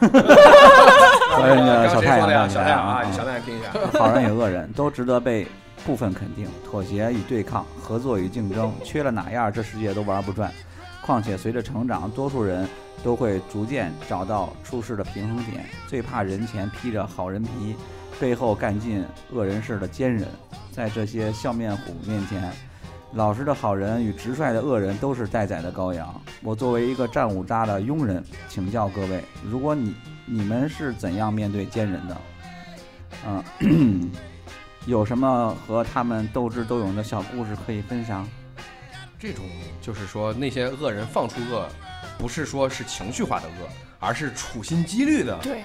所以刚呢，刚哎小谁太说的阳呀？站起小来太阳啊啊，啊小太阳听一下。 好人与恶人都值得被部分肯定，妥协与对抗，合作与竞争，缺了哪样，这世界都玩不转。况且随着成长，多数人都会逐渐找到处事的平衡点。最怕人前披着好人皮，背后干尽恶人事的奸人。在这些笑面虎面前，老实的好人与直率的恶人都是待宰的羔羊。我作为一个战五渣的庸人，请教各位：如果你你们是怎样面对奸人的？嗯，有什么和他们斗智斗勇的小故事可以分享？这种就是说那些恶人放出恶，不是说是情绪化的恶，而是处心积虑的、对，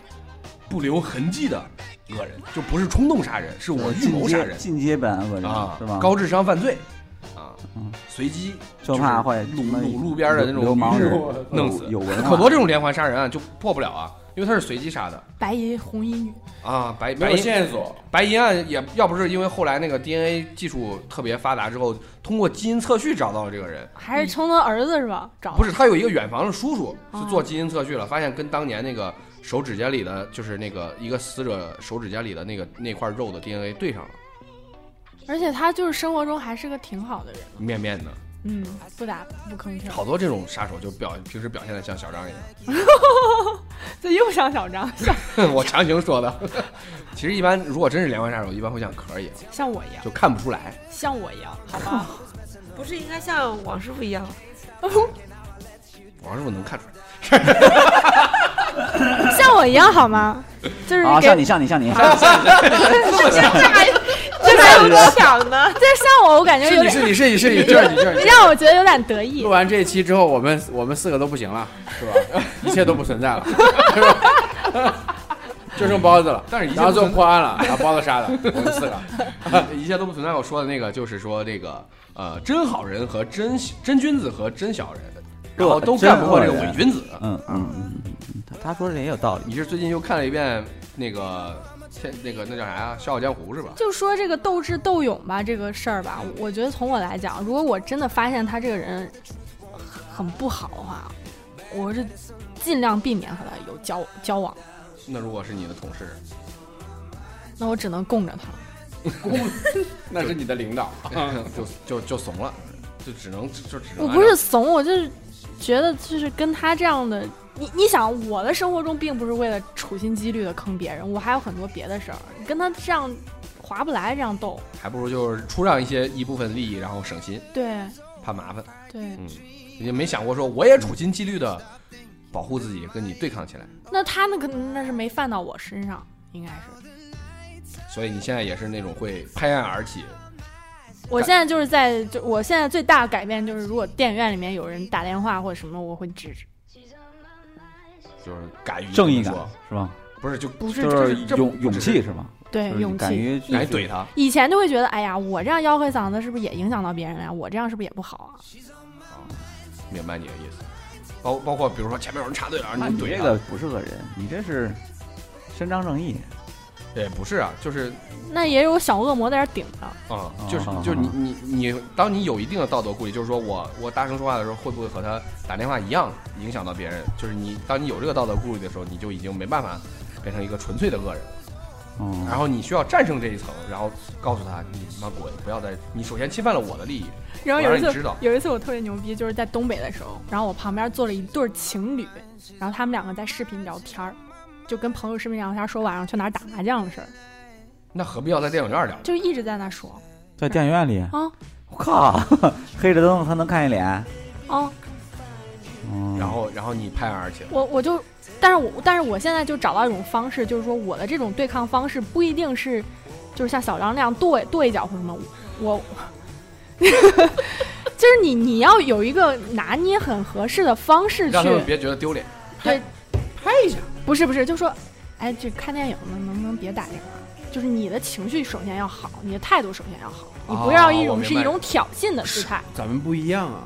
不留痕迹的恶人，就不是冲动杀人，是我预进谋杀阶人进阶版恶人、啊是吧？，高智商犯罪啊嗯，随机就怕会是什掳么掳路边的那种流氓人驴肉弄死，有有文化啊可多这种连环杀人案就破不了啊，因为他是随机杀的白衣红衣女，啊，白没白有银线索，白银案也要不是因为后来那个 DNA 技术特别发达之后，通过基因测序找到了这个人，还是成他儿子是吧？找不是，他有一个远房的叔叔哦是做基因测序了，发现跟当年那个手指甲里的，就是那个一个死者手指甲里的那个那块肉的 DNA 对上了，而且他就是生活中还是个挺好的人，面面的。嗯，不打不吭声。好多这种杀手就表平时表现的像小张一样， 这又像小张， 像我强行说的。 其实一般如果真是连环杀手，一般会像壳儿一样，像我一样，就看不出来。像我一样，好吧？不是应该像王师傅一样？ 王师傅能看出来， 像我一样好吗？就是啊，给像你像你像你，这啊还有抢呢，这像我，我感觉有点是你是你是你是你就是你就是你。 让我觉得有点得意录。完这期之后，我们我们四个都不行了，是吧？一切都不存在了，就剩包子了。但是一切然后不最后存破案了，把包子杀了，我们四个。 一切都不存在。我说的那个就是说这个呃，真好人和真真君子和真小人， 然后都干不过这个伪君子。嗯嗯嗯嗯，他他说的也有道理。你是最近又看了一遍那个天那个那叫啥呀、笑傲江湖》是吧？就说这个斗智斗勇吧，这个事儿吧，我觉得从我来讲，如果我真的发现他这个人很不好的话，我是尽量避免和他有交交往，那如果是你的同事，那我只能供着他。那是你的领导， 就就就怂了，就只能就只能我按照不是怂，我就是觉得就是跟他这样的，你你想，我的生活中并不是为了处心积虑的坑别人，我还有很多别的事儿，跟他这样划不来，这样斗，还不如就是出让一些一部分利益，然后省心，对怕麻烦。对，嗯，也没想过说我也处心积虑的保护自己，跟你对抗起来。那他那个那是没犯到我身上，应该是，所以你现在也是那种会拍案而起，我现在就是在就我现在最大的改变就是，如果电影院里面有人打电话或者什么，我会制止，就是敢于正义跟感他说是吧？不是就不是就就是这不勇勇这气是吧？对就是勇敢气。于敢于怼他。以前就会觉得，哎呀，我这样吆喝嗓子是不是也影响到别人了呀？我这样是不是也不好啊？明白你的意思。包包括比如说前面有人插队了，然他后你你这怼个不是恶人，你这是伸张正义。他，也不是啊，就是那也有小恶魔在这儿顶着。啊、哦就是好就是你好你你，当你有一定的道德顾虑，就是说我我大声说话的时候，会不会和他打电话一样影响到别人？就是你当你有这个道德顾虑的时候，你就已经没办法变成一个纯粹的恶人，嗯，然后你需要战胜这一层，然后告诉他你他妈滚，不要再你首先侵犯了我的利益，然后有一我让你知次道，有一次我特别牛逼，就是在东北的时候，然后我旁边坐了一对儿情侣，然后他们两个在视频聊天儿，就跟朋友视频聊天儿说晚上去哪儿打麻将的事儿，那何必要在电影院聊？就一直在那说在电影院里，啊我靠， 黑着灯他能看一脸。啊，嗯，，然后然后你拍案而起，我我就，但是我但是我现在就找到一种方式，就是说我的这种对抗方式不一定是，就是像小张那样跺跺一脚或什么，我。 就是你，你要有一个拿捏很合适的方式去，让他们别觉得丢脸。对，拍一下。不是不是，就说哎，这看电影呢，能不能别打电话？就是你的情绪首先要好，你的态度首先要好，你不要一哦我种明是白一种挑衅的姿态。咱们不一样啊，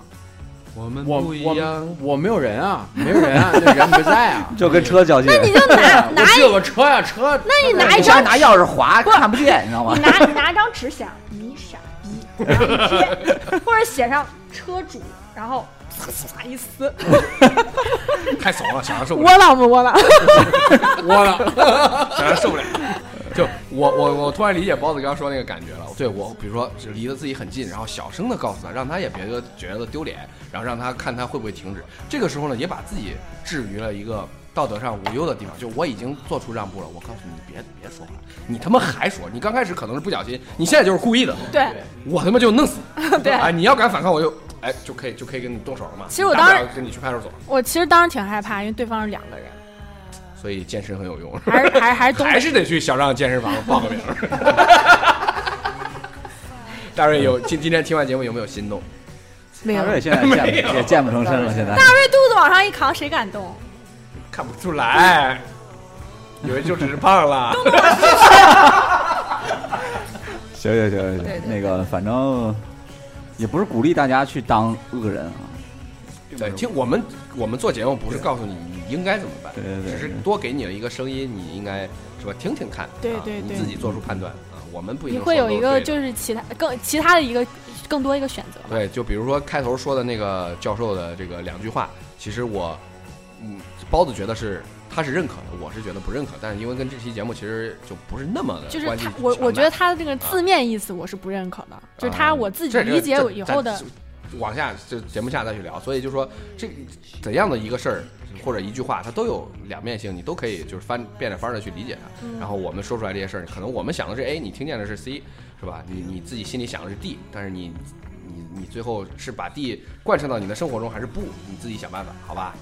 我们我不一我样，我没有人啊，没有人啊，那人不在啊 就跟车较劲。你就拿我拿只有个车呀、车，那你拿你一上张去拿钥匙划，看不见，你知道吗你？拿你拿一张纸写上你傻逼，然后你贴，或者写上车主，然后唰唰一撕，太怂了，想象 受不了， 窝囊不窝囊？我了， 想象受不了。就我我我突然理解包子刚刚说那个感觉了，对我比如说就离得自己很近，然后小声的告诉他，让他也别觉得丢脸，然后让他看他会不会停止。这个时候呢，也把自己置于了一个道德上无忧的地方，就我已经做出让步了，我告诉你别别说话，你他妈还说，你刚开始可能是不小心，你现在就是故意的，对，我他妈就弄 死你，对哎，你要敢反抗，我就哎就可以就可以跟你动手了嘛。其实我大不当了跟你去派出所，我其实当时挺害怕，因为对方是两个 人，所以健身很有用，还是还是还是东还是得去小张健身房报个名。 大瑞有今今天听完节目有没有心动？没大有。瑞现在没见有不也见不成身了，现在大瑞肚子往上一扛，谁敢动？看不出来，以为就只是胖 了。行行行行对对那个反正也不是鼓励大家去当恶人啊，对，听我们我们做节目不是告诉你你应该怎么办，对对对只是对多给你了一个声音，你应该是吧听听看，对啊对你对自己做出判断啊。我们不一你定会有一说都个对的就是其他更其他的一个更多一个选择。对，就比如说开头说的那个教授的这个两句话，其实我，嗯，包子觉得是他是认可的，我是觉得不认可，但是因为跟这期节目其实就不是那么的就是关系他强，我我觉得大他的这个字面意思我是不认可的，就是他啊我自己这理解这以咱后的就往下就节目下再去聊，所以就说这怎样的一个事儿或者一句话，它都有两面性，你都可以就是翻变着法儿的去理解它。嗯然后我们说出来这些事儿，可能我们想的是哎 A，你听见的是 C，是吧？你你自己心里想的是 D，但是你你你最后是把 D 贯彻到你的生活中还是不？你自己想办法，好吧？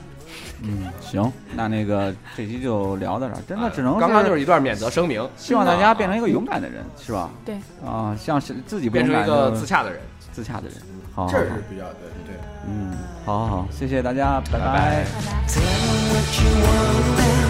嗯，行，哎那那个这期就聊到这儿，真的啊只能刚刚就是是一段免责声明，希望大家变成啊一个勇敢的人，是吧？对啊，像是自己不变勇成一敢个就自洽的人。自洽的人，好，好这好是比较对对。嗯，好好好，谢谢大家，拜拜拜 Tell 'em what you want, baby.